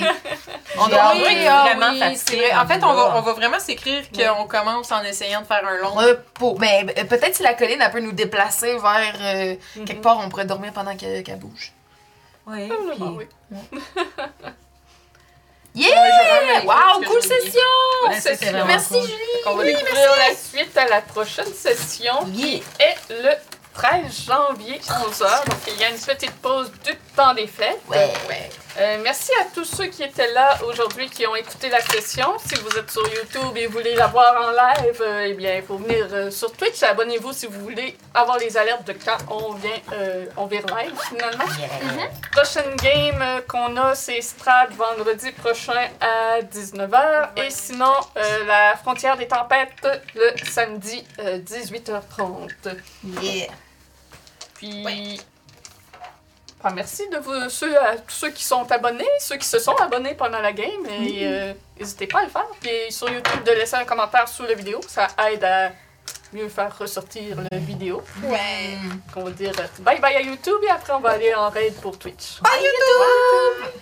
G: On
D: J'ai
G: doit
D: hâte.
E: oui, vraiment
G: Ah c'est
E: fatigué,
G: vrai. En fait, on
E: là.
G: va, on va vraiment s'écrire qu'on commence en essayant de faire un long.
D: Repos. Mais euh, peut-être si la colline, elle peut nous déplacer vers euh,
B: Mm-hmm.
D: quelque part, on pourrait dormir pendant qu'elle qu'elle bouge.
E: Oui.
G: Ah,
E: puis-
B: Probablement, oui.
D: Yeah! Wow, cool session!
E: Ouais, ça, c'est vraiment
D: Merci,
E: cool.
D: Julie!
B: On va découvrir la suite à la prochaine session qui est le 13 janvier 11h. Donc il y a une petite pause du temps des fêtes.
D: Ouais.
B: Euh, merci à tous ceux qui étaient là aujourd'hui, qui ont écouté la session. Si vous êtes sur YouTube et voulez la voir en live, euh, eh bien, il faut venir euh, sur Twitch. Abonnez-vous si vous voulez avoir les alertes de quand on vient, euh, on vient live finalement. Prochaine game euh, qu'on a, c'est Strad vendredi prochain à 19h. Et sinon, euh, la frontière des tempêtes le samedi euh, 18h30.
D: Yeah!
B: Puis. enfin, merci de vous, ceux, à tous ceux qui sont abonnés, ceux qui se sont abonnés pendant la game. Et euh, n'hésitez pas à le faire. Puis sur YouTube, de laisser un commentaire sous la vidéo. Ça aide à mieux faire ressortir la vidéo.
D: Ouais!
B: On va dire bye bye à YouTube et après on va aller en raid pour Twitch.
D: Bye, YouTube!